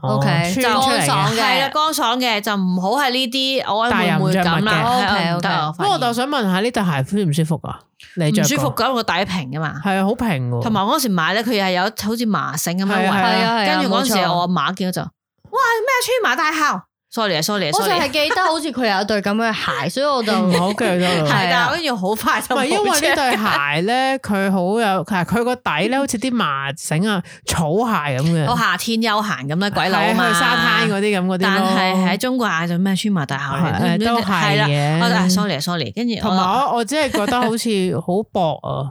S3: 哦穿
S5: OK，就
S3: 出嚟
S5: 乾
S3: 嘅
S5: 爽嘅
S4: 係啦，乾爽嘅就唔好係呢啲，我
S3: 但係
S4: 會
S3: 又
S4: 唔
S3: 唔
S4: 會
S3: 着襪
S4: 咁
S3: 嘅
S4: 啦？係啊
S5: OK，OK
S4: 唔得，
S5: 不
S3: 不過我
S4: 我
S3: 就想問下呢對鞋舒唔舒服啊？你着
S4: 就唔舒服
S3: 過
S4: 咁，個底平噶嘛。
S3: 係啊，好平喎。
S4: 同埋我嗰時買咧，佢又係有好似麻繩咁樣
S3: 係啊
S4: 圍，
S5: 係啊係啊，
S4: 跟住嗰陣時
S5: 冇錯
S4: 我阿媽見到就，哇咩穿麻大校，sorry 啊 sorry 啊
S5: 我就
S4: sorry 啊
S5: 係，記得好似佢有一對咁嘅鞋，所以我就
S3: 唔嗯好記得 啦。
S4: 係
S5: 係啊
S4: 但係跟住好快
S3: 唔
S4: 就
S3: 係因為
S4: 為
S3: 呢對鞋咧，佢好有，係佢個底咧，好似啲麻繩啊、草鞋咁嘅。
S4: 我夏天休閒咁啦，鬼佬啊嘛，
S3: 係去沙灘嗰啲咁嗰啲咯
S4: 但係喺中國嗌做咩穿麻大校
S3: 係
S4: 嚟，
S3: 誒都係
S4: 係啦
S3: 嘅
S4: 我就啊 sorry 啊 sorry，跟住我
S3: 同埋我我只係覺得好似好薄啊，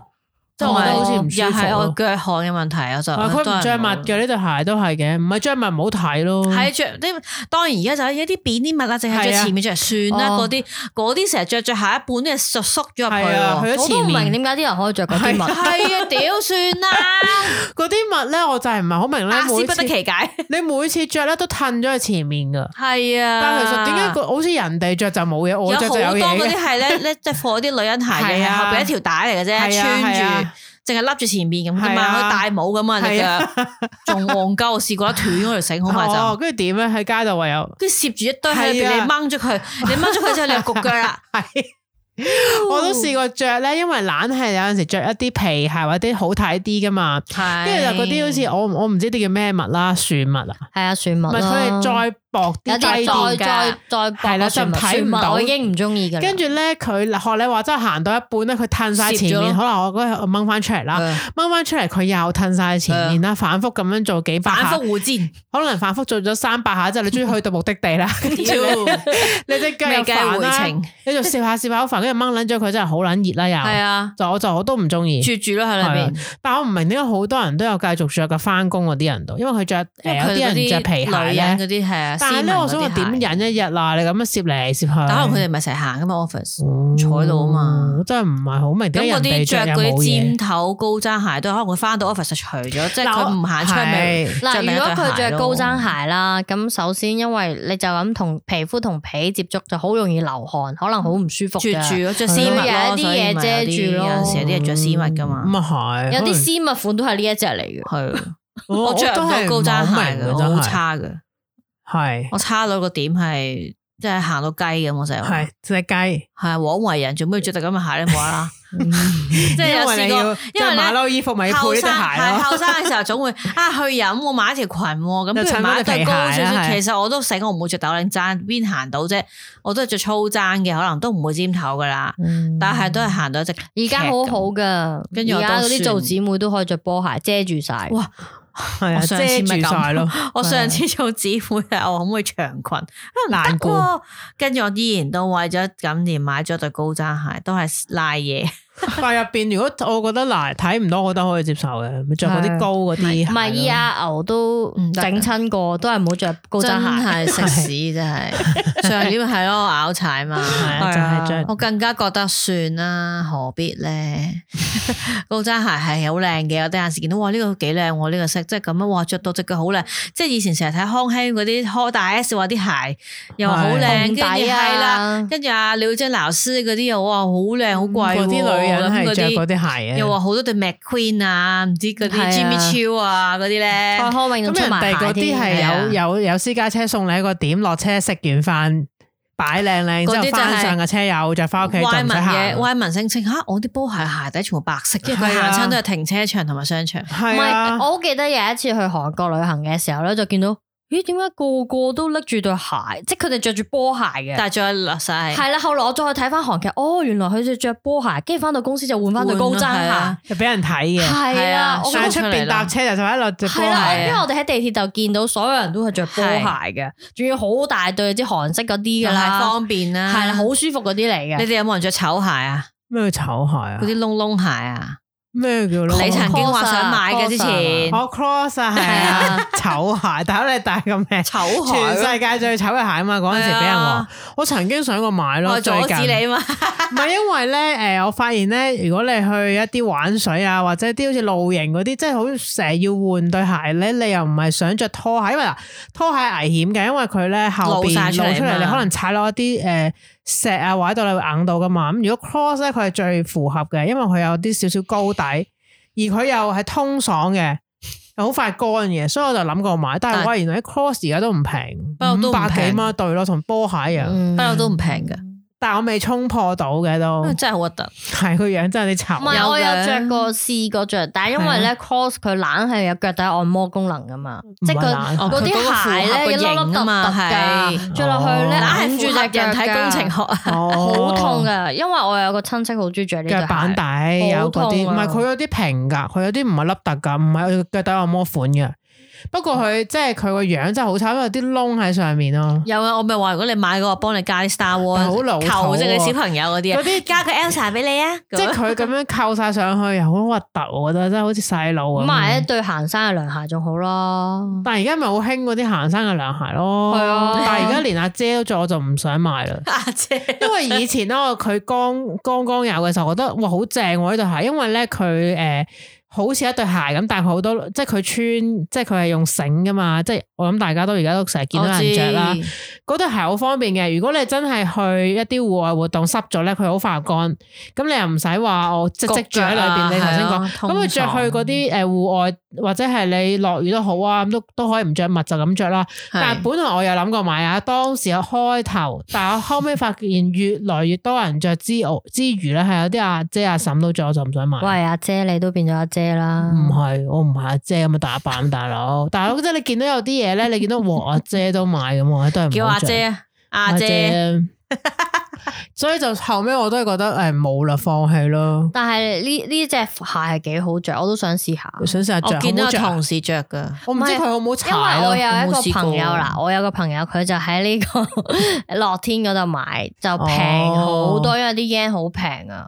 S3: 即係我覺得好似唔舒
S4: 又
S3: 服
S4: 係我
S3: 咯。
S4: 腳汗嘅問題，我就
S3: 啊佢唔着襪嘅呢對鞋都係嘅，唔係着襪唔好睇咯。
S4: 系着啲，當然而啊家就係一啲扁啲襪啦，淨係着
S3: 嗯係啊
S4: 前面着算啦，
S5: 哦
S4: 嗰啲嗰啲成日着着下一半啲就縮咗入去
S3: 係啊，
S4: 喎。
S3: 去咗
S5: 我都唔
S3: 前面。
S5: 明點解啲人可以着嗰啲
S4: 係
S5: 襪。
S4: 啊，屌算 啦，
S3: 嗰啲襪咧，我就係唔係好明咧。
S4: 百思
S3: 每
S4: 啊不得
S3: 次
S4: 其解。
S3: 你每次着咧都褪咗去前面噶，
S4: 係啊，
S3: 但係其實點解個好似人哋着就冇嘢，我着
S4: 有好
S3: 就
S4: 多
S3: 有嘢
S4: 嗰
S3: 嘅
S4: 啲係 咧咧，即係放啲女人鞋嘅，
S3: 係啊
S4: 後邊一條帶嚟嘅啫，
S3: 係啊
S4: 穿
S3: 係
S4: 住
S3: 啊。
S4: 淨係笠住前面咁啫
S3: 係
S4: 嘛，
S3: 啊
S4: 好似戴帽咁啊，你
S3: 係啊
S4: 腳仲戇鳩，我試過一斷嗰條繩好埋
S3: 哦
S4: 就，，
S3: 跟住點咧？喺街度唯 有
S4: 跟住攝住一堆喺入
S3: 係
S4: 邊，
S3: 啊
S4: 你掹咗佢，你掹咗佢之後你就焗腳啦。
S3: 係。我都試過着咧，因為懶係有陣時着一啲皮鞋或者啲好睇啲噶嘛，
S4: 係
S3: 跟住就嗰啲好似我我唔知啲叫咩襪啦，船襪啊，
S5: 係啊，算
S3: 唔
S5: 襪
S3: 係佢
S5: 啦
S3: 係再薄
S5: 有
S3: 啲低
S5: 啲
S3: 啲
S5: 再
S4: 㗎
S5: 再再
S3: 係啦
S5: 就
S3: 就睇唔到
S5: 我已經唔中意㗎啦。
S3: 跟住咧，佢嗱學你話齋行到一半咧，佢褪晒前
S4: 攝咗嗯
S3: 面，
S4: 咯
S3: 可能我嗰日我掹翻出嚟啦，掹翻出嚟佢又褪晒前面啦，反覆咁樣做幾百
S4: 反
S3: 下
S4: 覆，互煎，
S3: 可能反覆做咗三百下之後，你終於去到目的地 啦， 跟住你隻腳又
S4: 未計
S3: 煩
S4: 回
S3: 啦，
S4: 程，
S3: 你就攝下攝下好煩，跟住掹撚咗佢真係好撚熱啦
S4: 係
S3: 又，
S4: 啊，
S3: 就我就我都唔中意。
S4: 絕住咯喺裏邊，
S3: 但我唔明點解好多人都有繼續着嘅翻工嗰啲人度，因為佢着
S4: 因為
S3: 誒啊有啲人着皮鞋
S4: 女
S3: 咧。
S4: 人嗰啲係啊，
S3: 但係咧，我想話
S4: 話
S3: 點忍一日啦？你咁樣攝嚟攝去，
S4: 但可能佢哋咪成日行噶嘛 office，
S3: 唔
S4: 坐喺度啊嘛
S3: 我真係唔係好明點解
S4: 咁嗰
S3: 嗯人哋
S4: 啲
S3: 着
S4: 着
S3: 又
S4: 嗰
S3: 冇
S4: 啲尖
S3: 嘢。
S4: 頭高踭鞋都可能佢翻到 office 就除咗，即係
S3: 嗱我
S4: 佢唔行出去咪
S3: 係
S5: 嗱，
S4: 着另一
S5: 如果
S4: 對
S5: 佢
S4: 鞋
S5: 着
S4: 咯
S5: 高踭，鞋啦，咁首先因為你就咁同皮膚同皮接觸，就好容易流汗，可能好唔舒服
S4: 絕
S5: 㗎
S4: 住咯，着絲襪
S5: 要有
S4: 咯，
S5: 一啲
S4: 所以咪
S5: 嘢遮住咯
S4: 有陣時有啲人着絲襪噶嘛，
S3: 咁啊係，
S5: 有啲
S3: 可能
S5: 絲襪款都係呢一隻嚟嘅。
S4: 係
S3: 我
S4: 我着唔
S3: 都係
S4: 到高踭鞋
S3: 唔係好明
S4: 嘅，
S3: 嘅
S4: 我
S3: 真
S4: 好
S3: 係
S4: 差嘅，
S3: 係
S4: 我差到個點係即係行到雞咁，我成日話
S3: 係隻雞，
S4: 係啊枉為人，做咩要着特咁嘅鞋咧？冇啦 啦，即係有
S3: 因為
S4: 試
S3: 你要
S4: 過，因為
S3: 着馬
S4: 咧。
S3: 騮衣服咪要
S4: 後
S3: 配呢
S4: 生
S3: 對鞋
S4: 係
S3: 咯。
S4: 後生嘅時候總會啊去飲，我買一條裙喎，咁
S3: 就
S4: 不如
S3: 襯
S4: 買
S3: 翻
S4: 一
S3: 對
S4: 對高少
S3: 皮鞋啦
S4: 少。
S3: 係
S4: 其實我都醒，我唔會着斗領踭，邊行到啫？我都係着粗踭嘅，可能都唔會尖頭噶啦。
S3: 嗯
S4: 但係都係行到一隻。
S5: 而家好好噶，
S4: 跟住我
S5: 而
S4: 都
S5: 家嗰啲
S4: 算
S5: 做姊妹都可以着波鞋遮住晒。
S4: 哇
S3: 係啊，
S4: 我上次
S3: 遮
S4: 咪
S3: 住
S4: 咁
S3: 晒咯。
S4: 我上次做姊妹啊，我可唔可以長裙？啊
S3: 難
S4: 唔得
S3: 估
S4: 喎，跟住我依然都為咗咁年買咗對高踭鞋，都係賴嘢。
S3: 但係入邊如 果我覺得嗱睇唔到，我覺得可以接受嘅，咪着嗰啲
S5: 係
S3: 高嗰啲鞋
S5: 唔
S3: 咯。
S5: 係依家牛都
S4: 唔得㗎
S5: 整親過，都係唔好着高
S4: 真
S5: 踭鞋。
S4: 係食屎，真 係上年係咯拗柴嘛，
S3: 啊就係
S4: 係
S3: 將
S4: 啊我更加覺得算啦，何必 咧？高踭鞋係好靚嘅，我哋有陣時見到哇呢、個幾靚喎，呢、個色即係咁樣哇，着到只腳好靚，即係以前成日睇康熙嗰啲開大 S 話啲鞋又話好靚，
S3: 啊
S5: 紅
S4: 跟住
S5: 底
S4: 係啦，
S5: 啊，
S4: 跟住阿廖晶老師嗰啲又哇好靚好貴喎，
S3: 嗯嗰啲女人
S4: 咁
S3: 係
S4: 嗰
S3: 着嗰
S4: 啲。
S3: 啲鞋嘅。啊
S4: 又話好多對 McQueen 啊，唔知嗰啲
S5: 係啊
S4: Jimmy Choo 啊嗰啲咧，
S5: 蔡康永仲
S3: 咁
S5: 出
S3: 人
S5: 埋
S3: 哋
S5: 鞋
S3: 嗰啲
S5: 添。啊
S3: 係有
S4: 係啊
S3: 有有私家車送你一個點，落車食完飯擺靚靚之
S4: 嗰啲
S3: 後
S4: 就係
S3: 翻上架車又就翻屋企就
S4: 歪
S3: 唔
S4: 文
S3: 使
S4: 嘅
S3: 行。
S4: 歪文聲稱吓，我啲波鞋鞋底全部白色，因為佢
S3: 係啊
S4: 行親都係停車場同埋商場。
S5: 唔
S3: 係
S5: 係，
S3: 啊，
S5: 我好記得有一次去韓國旅行嘅時候咧，就見到咦，點解個個都拎住對鞋，即係佢哋着住波鞋嘅。
S4: 但係再落晒，
S5: 係啦，後來我再去睇翻韓劇，哦，原來佢哋着波鞋，跟住翻到公司就換翻對高
S4: 換
S5: 踭
S4: 啦係
S5: 鞋
S4: 啊。
S3: 又俾人睇嘅。
S5: 係
S4: 係
S5: 啊
S4: 啊，
S5: 我
S4: 上
S3: 上
S5: 覺
S3: 出邊搭車就就一路着
S5: 係
S3: 啊波
S5: 啦，
S3: 鞋
S4: 啊
S5: 因為我哋喺地鐵就見到所有人都係着波鞋
S4: 係
S5: 嘅，仲要好大對，啲韓式嗰啲
S4: 又
S5: 噶
S4: 係
S5: 啦，
S4: 方便啦。
S5: 係啦，好舒服嗰啲嚟嘅。
S4: 你哋有冇人着醜鞋啊？
S3: 咩叫醜鞋啊
S4: 嗰？啲窿窿鞋啊？
S3: 咩叫窿
S4: 你曾經話想買嘅之
S5: Cross
S4: 前，
S3: 我 cross 啊，係啊，醜鞋，但係你戴咁咩？
S4: 醜
S3: 全
S4: 鞋
S3: 世界最醜嘅鞋啊嘛，嗰陣時俾人
S4: 係
S3: 話
S4: 啊，
S3: 我曾經想過買
S4: 咯，
S3: 咯，
S4: 我阻
S3: 最
S4: 止
S3: 近
S4: 你嘛。
S3: 唔係因為咧，誒、我發現咧，如果你去一啲玩水啊，或者啲好似露營嗰啲，即係好成日要換對鞋咧，你又唔係想着拖鞋，因為嗱拖鞋危險嘅，因為佢咧後
S4: 露
S3: 邊
S4: 晒
S3: 露
S4: 出
S3: 出
S4: 嚟嘛
S3: 嚟，你可能踩落一啲誒、呃石啊或者度你會硬到噶嘛。咁如果 cross 咧，佢係最符合嘅，因為佢有啲少少高底，而佢又係通爽嘅。又好快乾嘅，所以我就諗過買，但
S4: 但
S3: 係哇，原來啲 cross 而家都唔平，
S4: 不過都唔
S3: 五百幾
S4: 平
S3: 蚊一對咯，同波鞋一樣。
S5: 嗯
S4: 不嬲都唔平嘅，
S3: 但我未衝破到嘅都
S4: 因為。真係好核突。
S3: 係個樣真係啲醜，
S5: 唔係，我
S4: 有啊
S5: 有
S4: 嘅
S5: 着過試過着，但係因為咧 cross 佢懶係有腳底按摩功能噶嘛，即係佢
S3: 懶
S4: 哦
S5: 嗰
S4: 佢
S5: 啲
S4: 嗰個符合
S5: 鞋
S4: 個
S5: 咧
S4: 型
S5: 凹凹凸凸
S4: 啊嘛
S5: 噶，
S4: 係
S5: 着落去咧
S3: 哦
S4: 嗱，係
S5: 揞
S4: 符
S5: 住
S4: 合
S5: 隻腳
S4: 人體工程
S5: 㗎
S4: 學啊。
S5: 好
S3: 好
S5: 痛。噶，因為我有個親戚好中意着呢對
S3: 哦腳板
S5: 鞋，
S3: 底有嗰啲，唔
S5: 好痛啊
S3: 係佢有啲平噶，佢有啲唔係凹凸噶，唔係腳底按摩款嘅。不過佢即係佢個樣真係好慘，因為啲窿喺上面咯。
S4: 有啊，我咪話如果你買嗰個幫你加啲 Star
S3: 但係好
S4: Wars
S3: 老土
S4: 求證嘅
S3: 喎
S4: 小朋友嗰啲
S3: 嗰
S4: 啊，
S3: 啲
S4: 加個 Elsa 俾你啊，
S3: 即係佢咁樣扣晒上去，又好核突，我覺得真係好似細路
S5: 咁
S3: 咁。
S5: 買一對行山嘅涼鞋仲好咯。
S3: 但係而家咪好興嗰啲行山嘅涼鞋咯。
S5: 係啊
S3: 但係而家連阿姐都做，我就唔想買 啦。
S4: 阿姐
S3: 因為以前咧，我佢剛剛剛有嘅時候，我覺得哇好正喎呢對鞋，因為咧佢誒好似一對鞋咁，但係佢好多即係佢穿，即係佢係用繩噶嘛，即係我諗大家都而家都成日見到有人着啦
S4: 我。知
S3: 嗰對鞋好方便嘅，如果你真係去一啲戶外活動濕咗咧，佢好快乾，咁你又唔使話我即係積住喺裏
S4: 焗腳啊
S3: 邊。你頭先
S4: 係
S3: 講
S4: 啊，
S3: 咁佢着去嗰啲誒戶外或者係你落雨都好啊，咁都都可以唔着襪就咁着啦。但係
S4: 係
S3: 本來我有諗過買啊，當時有開頭，但係我後尾發現越來越多人着之外之餘咧，係有啲阿姐阿嬸都着，我就唔想買。
S5: 喂，阿姐你都變咗阿姐啦，
S3: 唔係，我唔係阿姐咁嘅打扮，大佬。大佬即係你見到有啲嘢咧，你見到哇阿姐都買咁，我都係唔好
S4: 叫阿
S3: 着
S4: 姐啊，阿姐。。
S3: 所以就後尾我都係覺得誒冇啦，放棄咯。
S5: 但係呢呢只鞋係幾好着，我都想試下。
S3: 想試下着，
S4: 我見到
S3: 好
S4: 有
S3: 着
S4: 同事着噶，
S3: 我唔知佢好唔好
S5: 因為
S3: 踩
S5: 我
S3: 咯。
S5: 有一
S4: 我冇
S5: 個
S4: 試過
S5: 朋友嗱，我有個朋友佢就喺呢個 樂天嗰度買，就平好
S3: 哦
S5: 多，因為啲 yen 好平啊。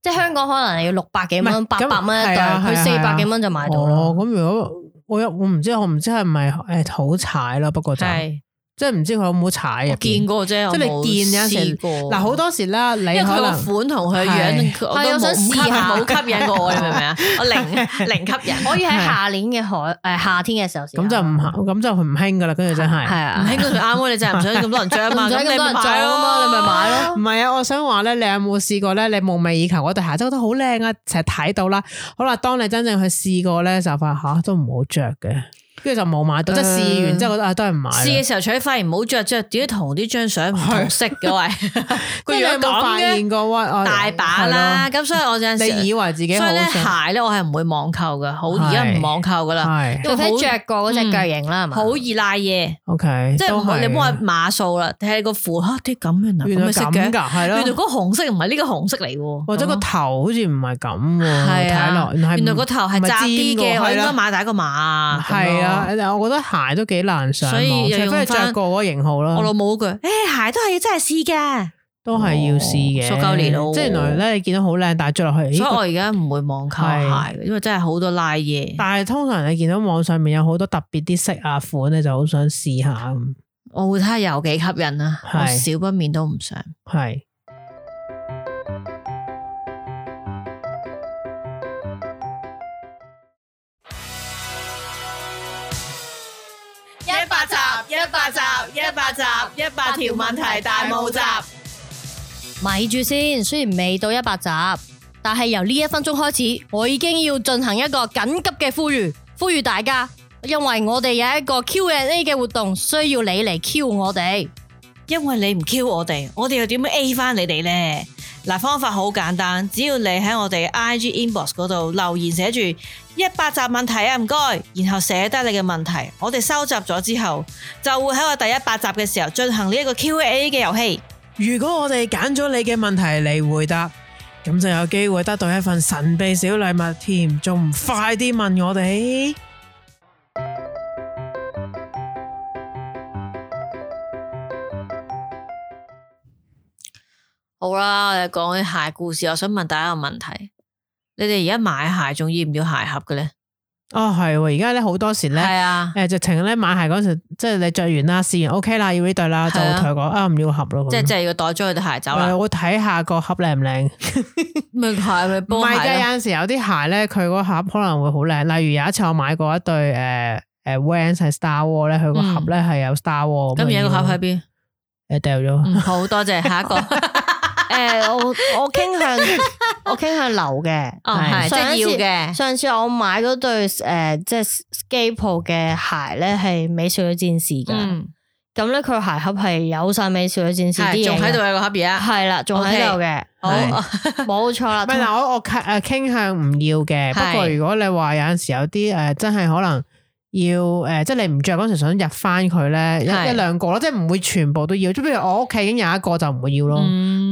S5: 即係香港可能要六百幾
S3: 唔
S5: 蚊、
S3: 係
S5: 八百蚊
S3: 咁
S5: 一
S3: 係
S5: 對，
S3: 啊係
S5: 佢
S3: 啊
S5: 四百幾蚊就買到
S3: 哦，
S5: 啦。
S3: 咁如果我有我唔知，我唔知係咪誒好踩啦，不過就
S4: 係
S3: 即係唔知佢好唔好踩入邊。
S4: 我見過啫，
S3: 即係你見有
S4: 試
S3: 時
S4: 過
S3: 嗱，好多時啦，你
S4: 因為佢
S3: 可
S4: 個
S3: 能
S4: 款同佢樣，我
S5: 係
S4: 都
S5: 我想
S4: 冇唔吸
S5: 試下
S4: 冇吸引過我，你明唔明 啊？我零零吸引，
S5: 可以喺下年嘅海誒夏天嘅時候試下。
S3: 咁就唔咁就唔興噶啦，跟住真係
S5: 係。
S4: 唔
S5: 啊，
S4: 興佢就啱咯，你真係唔想咁多人着啊
S5: 唔
S4: 嘛，
S5: 使咁
S4: 你
S5: 多
S4: 咪
S5: 人做啊嘛，你咪買
S4: 咯。
S5: 咯
S3: 唔。係啊，我想話咧，你有冇試過咧？你夢寐以求嗰對鞋，真係覺得好靚啊，成日睇到啦。好啦，當你真正去試過咧，就發嚇都唔好着嘅，跟住就冇買到。即係試完之後覺得啊，都係唔買啦。
S4: 試嘅時候，除非發現唔好着，着點解同啲張相唔同色嘅喂？
S3: 即係
S4: 個
S3: 你有
S4: 樣
S3: 冇發
S4: 咁
S3: 現
S4: 嘅
S3: 過哇？哦
S4: 大把啦，。咁所以
S3: 係
S4: 我有
S3: 咯
S4: 陣時，
S3: 你以為自己
S4: 所
S3: 好
S4: 以咧
S3: 想
S4: 鞋咧，我係唔會網購噶，好
S3: 係
S4: 而家唔網購噶啦，
S3: 係
S4: 因為好
S5: 除非着過嗰
S3: 嗯
S5: 只腳型啦，係嘛？
S4: 好易賴嘢，
S3: OK，
S4: 即係
S3: 都
S4: 唔好你
S3: 係
S4: 唔好話碼數啦，睇下個符嚇啲咁樣啊，
S3: 原
S4: 咁
S3: 來
S4: 嘅色
S3: 咁
S4: 嘅
S3: 㗎，。係
S4: 原來嗰
S3: 咯，
S4: 個紅色唔係呢個紅色嚟喎，
S3: 或者個
S4: 咁
S3: 頭好似唔係咁喎，
S4: 係啊
S3: 睇落係
S4: 原來
S3: 唔
S4: 個頭
S3: 唔係
S4: 係窄啲
S3: 尖
S4: 嘅，
S3: 㗎
S4: 我應
S3: 係
S4: 該
S3: 啦
S4: 買大一個碼。咁
S3: 係啊，
S4: 咯，
S3: 但我覺得鞋都幾難上網，
S4: 所以又
S3: 除非
S4: 用
S3: 你着
S4: 返
S3: 過嗰個型號
S4: 我
S3: 啦
S4: 老，母嗰句，誒鞋都係要真係試嘅，
S3: 都係要試嘅。
S4: 塑膠嚟咯
S3: 即係原來咧，你見到好靚，但係着落去，咦
S4: 所以我
S3: 個
S4: 而家唔會網購
S3: 係
S4: 鞋，因為真係好多拉嘢。
S3: 但係通常你見到網上面有好多特別啲色啊款，你就好想試下咁，
S4: 我會睇下有幾吸引啦，
S3: 係
S4: 我少不免都唔想。
S3: 係。
S2: 一百集，一百集，一百集，一百條問題大募集。
S5: 咪住先，雖然未到一百集，但係由呢一分鐘開始，我已經要進行一個緊急嘅呼籲，呼籲大家，因為我哋有一個 Q&A 嘅活動，需要你嚟 Q 我 哋。
S4: 因為你唔 Q 我哋，我哋又點樣 A 翻你哋呢？嗱，方法好簡單，只要你喺我哋 IG inbox 嗰度留言寫住一百集問題啊，唔該，然後寫低你嘅問題，我哋收集咗之後，就會喺我第一百集嘅時候進行呢一個 Q&A 嘅遊戲。
S3: 如果我哋揀咗你嘅問題嚟回答，咁就有機會得到一份神秘小禮物添，仲唔快啲問我哋？
S4: 好啦，我哋講起鞋故事，我想問大家一個問題：你哋而家買鞋仲要唔要鞋盒嘅呢？
S3: 哦，係喎，而家咧好多時咧。
S4: 啊，
S3: 誒，直情咧買鞋嗰陣時，即係你着完啦，試完 OK 啦，要呢對啦，就
S4: 係啊
S3: 同佢講啊，唔要盒咯。咁
S4: 即係即係要袋咗佢對鞋走
S3: 誒
S4: 啦。
S3: 我睇下個盒靚唔靚。
S4: 咪係咪
S3: 唔
S4: 波
S3: 係
S4: 鞋
S3: 嘅，
S4: 咧？
S3: 有陣時有啲鞋咧，佢個盒可能會好靚。例如有一次我買過一對誒誒 Vans 係 Star War 咧，佢個盒咧係有 Star War
S4: 嗯咁而
S3: 樣
S4: 家個盒喺
S3: 嘅
S4: 邊？
S3: 誒掉咗。
S4: 嗯，好多謝，下一個。
S5: 诶、我我倾向 我倾向留嘅，
S4: 哦，
S3: 係
S4: 係即
S5: 上一次
S4: 係要嘅。
S5: 上次我買嗰對诶、呃即係 skate 鋪嘅鞋咧，係美少女戰士㗎。
S4: 嗯，
S5: 咁咧佢鞋盒係有晒美少女戰士啲
S4: 係
S5: 嘢
S4: 仲
S5: 㗎，
S4: 喺度有個盒而
S3: 啊
S4: 家。
S5: 係啦，仲喺 度嘅，
S4: 好，
S5: 冇錯啦。
S3: 唔係嗱，我我傾誒傾向唔要嘅。
S4: 啊
S3: 不
S4: 係
S3: 過如果你話有陣時有啲誒、呃真係可能要誒、呃即係你唔着嗰陣時想入翻佢咧，一
S4: 係
S3: 一兩個咯，即係唔會全部都要。即係譬如我屋企已經有一個就唔會要咯。
S4: 嗯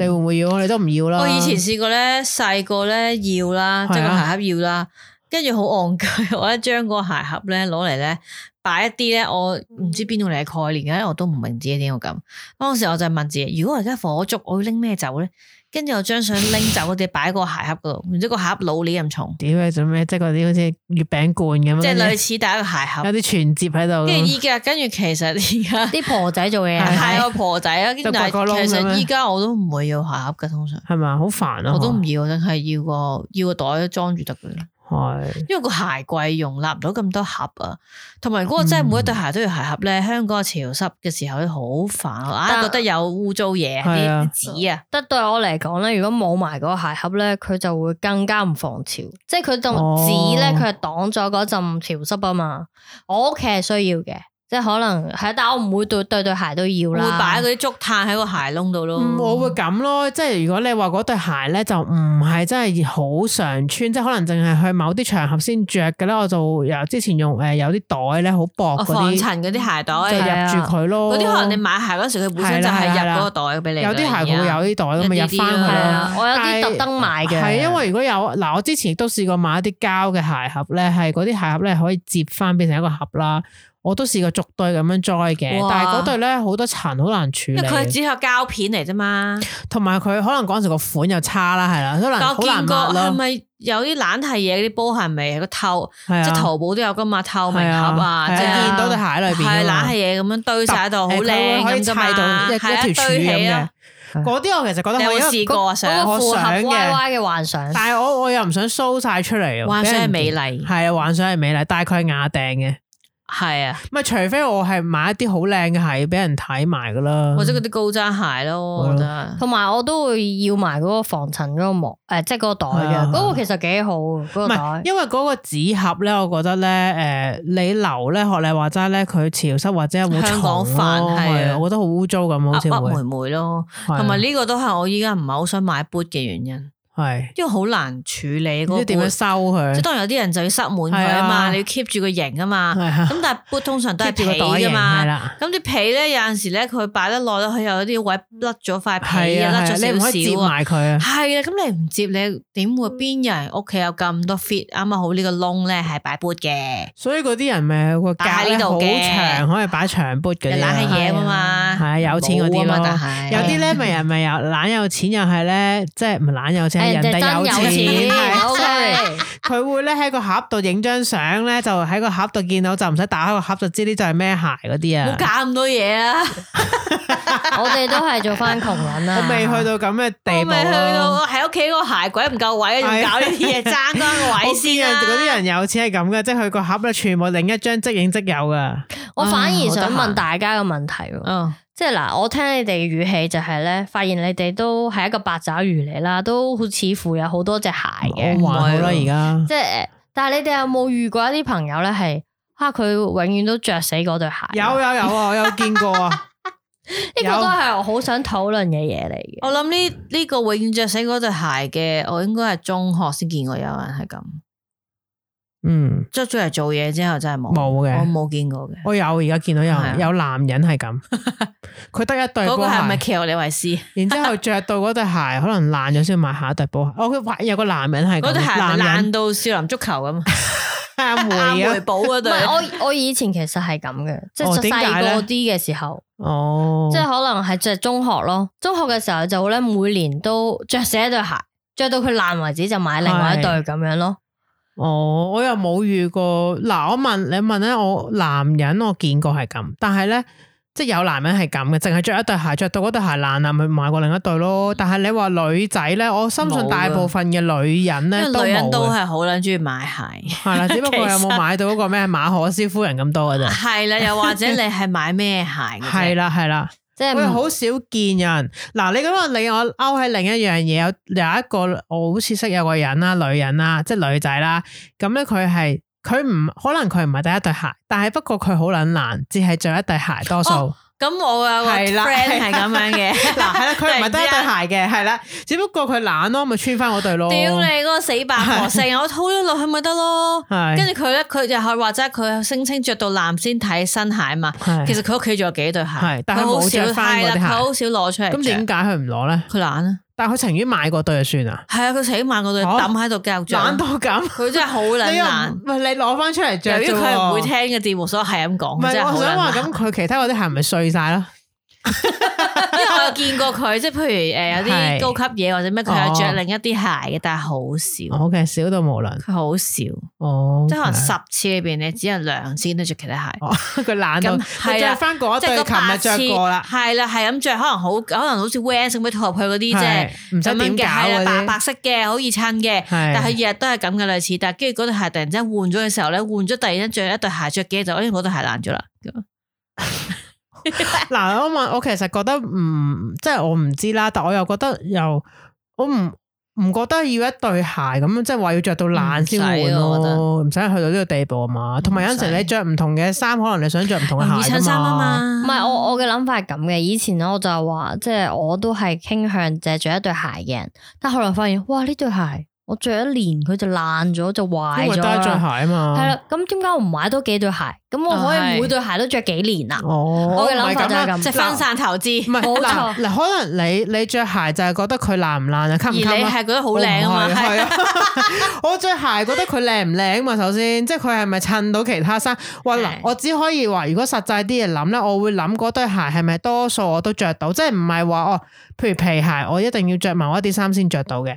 S3: 你會唔會要？你都唔要啦。
S4: 我以前試過咧，細個咧要啦，
S3: 係啊
S4: 即係個鞋盒要啦。跟住好戇居，我咧將嗰個鞋盒咧攞嚟咧擺一啲咧，我唔知邊度嚟嘅概念嘅，因為我都唔明自己點解會咁。當時我就問自己，如果我而家火燭，我要拎咩走咧？跟住我將想拎走嗰啲擺喺個鞋盒嗰度，然之後個鞋盒老年咁重，
S3: 屌你做咩？即係嗰啲好似月餅罐咁樣，
S4: 即係類似帶一個鞋
S3: 有
S4: 盒。
S3: 啲存折喺度
S4: 跟住
S3: 咁，
S4: 依家，跟住其實而家
S5: 啲婆仔做嘅嘢
S3: 哦係
S5: 係
S4: 係我婆仔啊啦，跟住
S3: 就
S4: 但
S3: 掘個窿
S4: 係其
S3: 咁樣
S4: 實依家我都唔會要鞋盒嘅，通常
S3: 係咪啊好煩啊！
S4: 我都唔要，淨係要個要個袋裝住得嘅啦。
S3: 係
S4: 因為個鞋櫃容納唔到咁多盒啊，同埋如果真係每一對鞋都要鞋盒咧，
S3: 嗯
S4: 香港嘅潮濕嘅時候咧好煩啊，硬係覺得有污糟嘢
S3: 係啊
S4: 啲紙啊，
S5: 得對我嚟講咧，如果冇埋嗰個鞋盒咧，佢就會更加唔防潮，即係佢
S3: 哦
S5: 棟紙咧，佢係擋咗嗰陣潮濕啊嘛。我屋企係需要嘅，即係可能係，但我唔會對對對鞋都要啦。
S4: 會擺嗰啲竹炭喺個鞋窿度咯。
S3: 嗯我會咁咯，即係如果你話嗰對鞋咧，就唔係真係好常穿，即係可能淨係去某啲場合先着嘅咧。我就由之前用呃誒有啲袋咧，好薄
S4: 哦
S3: 嗰
S4: 防
S3: 啲，
S4: 塵嗰啲鞋袋，
S3: 就
S4: 嗰
S3: 入住佢咯。
S4: 啲可能你買鞋嗰時佢本身就係入嗰個啊袋俾你㗎啦。
S3: 有啲鞋會有啲袋咁咪入翻
S4: 係
S5: 係
S3: 去咯
S5: 啊。，我有
S3: 但係
S5: 啲特登買嘅，
S3: 係因為如果有嗱，我之前亦都試過買一啲膠嘅鞋盒咧，係嗰啲鞋盒咧可以折翻變成一個盒啦。我都試過逐對咁樣 join 嘅，
S4: 哇
S3: 但係嗰對咧好多塵，好難處
S4: 因為佢係
S3: 理，
S4: 只有膠片嚟啫嘛。
S3: 同埋佢可能嗰陣時個款又差啦，係啦，可能
S4: 但
S3: 啊好
S4: 我見
S3: 難
S4: 過
S3: 抹
S4: 係
S3: 咯，
S4: 咪有啲懶係嘢嗰啲波鞋咪係個透，
S3: 係啊，
S4: 即係淘寶都有噶嘛，透明盒啊，即
S3: 係
S4: 係
S3: 見到對鞋喺裏邊
S4: 係
S3: 㗎嘛
S4: 懶係嘢咁樣堆晒喺度，好
S3: 誒佢
S4: 靚
S3: 會可以
S4: 咁
S3: 砌
S4: 噶嘛，
S3: 到一
S4: 係
S3: 一
S4: 一
S3: 條柱
S4: 堆
S3: 咁
S4: 起
S3: 嘅
S4: 啊！。
S3: 嗰啲我其實覺得
S4: 你有
S3: 我
S4: 冇
S3: 因為
S4: 試過啊？
S5: 嗰
S4: 想
S5: 個符
S3: 我
S5: 合
S3: 想嘅
S5: Y Y 嘅幻想。
S3: 但係我我又唔想 show 晒出嚟喎，
S4: 幻想係美
S3: 麗，
S4: 麗，
S3: 係啊，幻想係美麗，但係佢係雅定嘅，
S4: 係啊，
S3: 咪除非我係買一啲好靚嘅鞋俾人睇埋噶啦，
S4: 或者嗰啲高踭鞋咯，我覺得。
S5: 同埋我都會要埋嗰個防塵嗰個膜，誒，即係嗰個袋
S3: 係啊
S5: 嘅，嗰個其實幾好，嗰
S3: 唔
S5: 個
S3: 係，
S5: 袋。
S3: 因為嗰個紙盒咧，我覺得咧，誒、你留咧，學你話齋咧，佢潮濕或者會
S4: 香港
S3: 蟲
S4: 飯
S3: 咯
S4: 係啊
S3: 係啊，我覺得好污糟咁，好
S4: 噏
S3: 似
S4: 噏
S3: 會
S4: 妹妹咯，
S3: 係啊
S4: 同埋呢個都係我依家唔係好想買 boot 嘅原因，
S3: 係
S4: 因為好難處理
S3: 唔
S4: 嗰個
S3: 知點樣
S4: boot。
S3: 收佢，
S4: 即係當然有啲人就要塞滿佢啊
S3: 係啊
S4: 嘛，你要 keep 住個型啊嘛。
S3: 係啊
S4: 咁但係 boot 通常都係
S3: keep 住個袋
S4: 皮
S3: 型啊
S4: 噶嘛啊
S3: 係。啦，
S4: 咁啲皮咧有陣時咧，佢擺得耐咧，佢有啲位甩咗塊皮
S3: 係
S4: 啊，
S3: 啊，
S4: 甩
S3: 係啊你唔可以
S4: 咗
S3: 接
S4: 少少啊。
S3: 埋佢啊，
S4: 係啊，咁你唔接你點會？邊有人屋企有咁多 fit？啱啱好呢個窿咧係擺 boot 嘅，
S3: 所以嗰啲人咪有個
S4: 擺喺
S3: 架
S4: 呢
S3: 呢
S4: 度
S3: 好
S4: 嘅
S3: 長，可以擺長 boot 嗰
S4: 又
S3: 啲
S4: 懶係
S3: 啊。
S4: 嘢啊嘛，
S3: 係啊有錢嗰啲咯
S4: 冇啊嘛，但係
S3: 有啲咧，咪人咪又懶有錢，又係咧，即係唔係懶有錢，
S5: 誒
S3: 人哋有錢， 係
S5: ，O
S4: 係
S5: K。
S3: 佢會咧喺個盒度影張相咧，就喺個盒度見到，就唔使打開個盒就知呢就係咩鞋嗰啲
S4: 冇
S3: 啊。
S4: 搞咁多 嘢啊！
S5: 我哋都係做翻窮人啊啦。
S3: 我未去到咁嘅
S4: 我
S3: 地步啊
S4: 咪去
S3: 咯。
S4: 到哦喺屋企個鞋櫃唔夠位，仲
S3: 係啊
S4: 搞呢啲嘢爭翻個位
S3: 我
S4: 先
S3: 見啊
S4: 啦。
S3: 嗰啲人有錢係咁嘅，即係佢個盒咧全部另一張即影即有噶。
S5: 我反而
S4: 啊
S5: 想
S4: 好得閒
S5: 問大家個問題喎，
S4: 嗯，
S5: 即係嗱，我聽你哋嘅語氣就係咧，發現你哋都係一個八爪魚嚟啦，都好似乎有好多隻鞋嘅，
S4: 嗯
S3: 我還好啦，而家
S5: 即係誒但係你哋有冇遇過一啲朋友咧係啊，佢永遠都着死嗰對鞋？
S3: 有有有啊，我有見過啊，
S5: 呢個
S3: 有
S5: 都係我好想討論嘅嘢嚟嘅。
S4: 我諗呢呢個永遠着死嗰對鞋嘅，我應該係中學先見過有人係咁。
S3: 嗯，
S4: 出咗嚟做嘢之後真係冇
S3: 冇嘅
S4: 我冇見過嘅。
S3: 我有而家見到有
S4: 係啊
S3: 有男人係 咁，佢得一對
S4: 嗰
S3: 波
S4: 個係咪
S3: 鞋。
S4: 喬李維斯？
S3: 然之後着到嗰對鞋可能爛咗先買下一對波鞋。哦，佢話有個男人係咁
S4: 嗰對鞋係咪
S3: 男人
S4: 爛到少林足球 咁，
S3: 阿
S4: 阿
S3: 梅
S4: 梅
S3: 啊，
S4: 寶嗰
S5: 唔
S4: 對。
S5: 係我我以前其實係咁嘅，即
S3: 哦
S5: 係
S3: 點解
S5: 細
S3: 咧
S5: 個啲嘅時候，
S3: 哦，
S5: 即係可能係着中學咯。中學嘅時候就咧每年都着死一對鞋，着到佢爛為止就買另外一對
S3: 係
S5: 咁樣咯。
S3: 哦，我又冇遇過。嗱，我問你問咧，我男人我見過係咁，但係咧，即係有男人係咁嘅，淨係着一對鞋，着到嗰對鞋爛啦，咪買過另一對咯。但係你話女仔咧，我深
S4: 冇
S3: 信
S4: 㗎
S3: 大部分嘅女人咧
S4: 因為
S3: 都
S4: 女人
S3: 冇
S4: 都
S3: 啊嘅，
S4: 係好撚中意買 鞋，
S3: 係啦，只不過有
S4: 其
S3: 冇
S4: 實
S3: 買到嗰個咩馬可思夫人咁多嘅啫。
S4: 係啦，又或者你係買咩鞋嘅啫？
S3: 係啦，係啦。
S5: 即
S4: 嗯
S5: 係
S3: 我又
S5: 唔
S3: 好少見有人嗱，你咁樣你我勾起另一樣嘢，有有一個我好似識有個人啦，女人啦，即係女仔啦，咁咧佢係佢唔可能佢唔係第一對鞋，但係不過佢好撚難，只係着一對鞋多數。
S4: 哦咁我有個
S3: 係啦
S4: friend 係咁樣嘅。
S3: 嗱係啦，佢唔係得一
S4: 突然之間
S3: 對鞋嘅，係啦，只不過佢懶咯，咪穿翻嗰對咯。
S4: 屌你嗰個死八婆，
S3: 係
S4: 成日我套咗落去咪得咯。
S3: 係
S4: 跟住佢咧，佢又係話齋佢聲稱着到爛先睇新鞋嘛。
S3: 係
S4: 其實佢屋企仲有幾對鞋
S3: 係，但係
S4: 佢
S3: 佢
S4: 好
S3: 冇
S4: 少
S3: 着返
S4: 係
S3: 嗰啲
S4: 啦，
S3: 鞋
S4: 佢好少攞出嚟。
S3: 咁點解佢唔攞咧？
S4: 佢懶啊？
S3: 但係佢情願買個對就算啦，
S4: 係啊，佢死晚嗰對
S3: 哦
S4: 抌喺度教
S3: 懶
S4: 長
S3: 到，咁，
S4: 佢真係好撚
S3: 你又
S4: 懶
S3: 唔。喂你攞翻出嚟着
S4: 由於
S3: 啫
S4: 佢係唔會
S3: 喎
S4: 聽嘅節目，所以係咁
S3: 唔
S4: 講。
S3: 係，
S4: 真係好
S3: 我想話
S4: 難
S3: 咁，佢其他嗰啲係咪碎晒啦？
S4: 因為我有見過佢，即係譬如誒有
S3: 係
S4: 啲高級嘢或者咩，佢有
S3: 哦
S4: 着另一啲鞋嘅，但係好少，
S3: 好嘅，少到無論。
S4: 佢好少，
S3: 哦，
S4: 即係啊可能十次裏邊你只有兩次都着其他鞋，
S3: 哦 佢懶到，
S4: 咁
S3: 佢
S4: 係
S3: 着
S4: 啦
S3: 翻嗰
S4: 即係
S3: 對，
S4: 嗰八次
S3: 琴日着過啦，
S4: 係啦，係咁着，可能好可能好似 Vans 咁樣套入去嗰啲即係
S3: 係唔使
S4: 咁樣
S3: 點
S4: 嘅，係啦，
S3: 搞
S4: 白
S3: 嗰
S4: 白
S3: 啲，
S4: 色嘅，好易襯嘅。
S3: 係
S4: 但係佢日日都係咁嘅類似，但係跟住嗰對鞋突然之間換咗嘅時候咧，換咗突然間着一對鞋着嘅就，哎我對鞋爛咗啦，咁
S3: 嗱，我問我其實覺得唔，即係我唔知啦，但我又覺得又我唔唔覺得要一對鞋咁樣，即係話要着到爛先換
S4: 唔使啊我覺得嗯
S3: 咯，唔使去到呢個地步啊嘛。同埋有陣時
S4: 唔使
S3: 你着唔同嘅衫，可能你想着唔同
S4: 容易
S3: 嘅鞋
S4: 襯衫啊
S3: 㗎嘛。
S4: 嘛。
S5: 唔係我我嘅諗法係咁嘅，以前咧我就話，即係我都係傾向借着一對鞋嘅人，但後來發現，哇呢對鞋我着一年佢就爛咗就
S3: 因
S5: 壞
S3: 為
S5: 咗
S3: 都係着鞋
S5: 啦，
S3: 啊嘛。
S5: 係啦，咁點解我唔買多幾對鞋？咁我可
S4: 啊係
S5: 以每對鞋都着幾年啊？
S3: 哦，
S5: 我嘅諗法就
S3: 唔係
S5: 係
S3: 啊
S5: 咁
S4: 即係分散投資，
S3: 唔係
S5: 冇
S3: 嗱
S5: 錯
S3: 嗱，可能你你着鞋就係覺得佢爛唔爛啊，襟
S4: 而
S3: 唔
S4: 你
S3: 襟啊？
S4: 係覺得好靚啊嘛，
S3: 係
S4: 係
S3: 啊，我着鞋覺得佢靚唔靚啊嘛，首先，即係佢係咪襯到其他衫？哇嗱
S4: 係，
S3: 我只可以話，如果實際啲嘢諗咧，我會諗嗰對鞋係咪多數我都着到，即係唔係話哦，譬如皮鞋，我一定要着某一啲衫先着到嘅，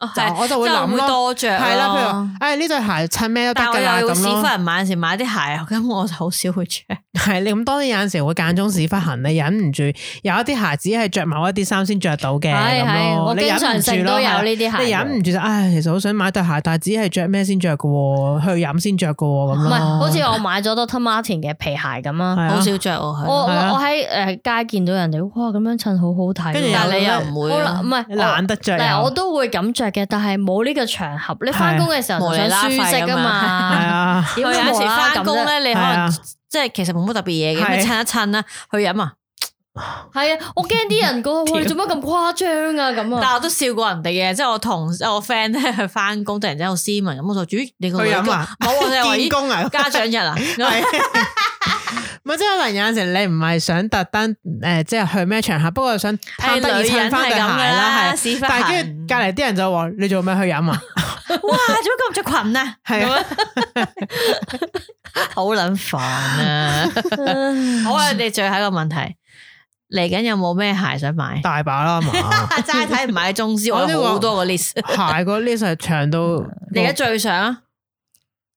S4: 哦
S3: 就
S4: 係
S3: 我就會諗
S4: 即係會
S3: 咯，
S4: 多着咯
S3: 係啦，譬如話，誒呢對鞋襯咩都
S4: 但
S3: 得
S4: 哦係
S3: 㗎啦
S4: 我又會
S3: 咁
S4: 屎忽
S3: 咯。
S4: 人買有時買啲鞋，咁我就好少會着。
S3: 係你咁當然有陣時會間中屎忽痕，你忍唔住有一啲鞋只係着某一啲衫先着到哦嘅
S5: 係
S3: 咁
S5: 係，
S3: 咯，
S5: 我
S3: 你
S5: 經
S3: 忍唔
S5: 常
S3: 住
S5: 性
S3: 咯
S5: 都
S3: 係
S5: 有
S3: 啊
S5: 呢啲鞋。
S3: 你忍唔住就唉，其實好想買對鞋，但係只係着咩先着嘅喎，去飲先着嘅喎咁
S5: 唔
S3: 咯。
S5: 係，好似我買咗 Doctor Martin 嘅皮鞋咁啊。
S3: 係啊
S4: 好少着我
S5: 我
S4: 係，
S5: 我
S3: 係啊
S5: 我喺誒街見到人哋，哇咁樣襯好好睇喎。
S3: 跟住
S4: 但係你
S3: 有
S4: 又唔會
S5: 好
S4: 啊
S5: 啦，唔係
S3: 懶得着又啊
S5: 嗱，我都會咁着嘅，但係冇呢個場合。你翻工嘅時候就想舒適啊
S3: 係
S5: 嘛，
S3: 啊，
S5: 點
S4: 佢
S5: 會
S4: 有時
S5: 無啦啦
S4: 翻
S5: 咁
S4: 工
S5: 啫？
S4: 咧，你可
S3: 係啊
S4: 能即係其實冇乜特別嘢嘅，
S3: 係
S4: 咁襯一襯啦，去飲啊。
S5: 係啊，我驚啲人 講喂，你做乜咁誇張啊咁
S4: 但
S5: 啊？
S4: 係我都笑過人哋嘅，即係我同我 friend 咧 去翻工，突然之間好斯文咁，我就咦你個女
S3: 去飲啊
S4: 冇 我哋話
S3: 見
S4: 咦
S3: 工 啊，
S4: 家長日 啊，
S3: 係。唔係即係可能有陣時你唔係想特登誒，即係去咩場合，不過想貪得
S4: 係
S3: 意
S4: 女
S3: 襯
S4: 人
S3: 翻對
S4: 係
S3: 鞋
S4: 咁㗎啦
S3: 啦，係。啊
S4: 屎忽
S3: 但係跟
S4: 痕
S3: 住隔。離啲人就話：你做咩去飲啊？
S4: 哇，做乜咁着裙 啊？
S3: 係啊
S4: 咁樣好捻煩啊！ 好啊，你最後一個問題，嚟緊有冇咩鞋想 買？啊
S3: 大把啦嘛，
S4: 齋睇唔買中招，
S3: 我
S4: 我
S3: 呢個
S4: 有好多個 list。
S3: 鞋個 list 係長到
S4: 你而家最想啊？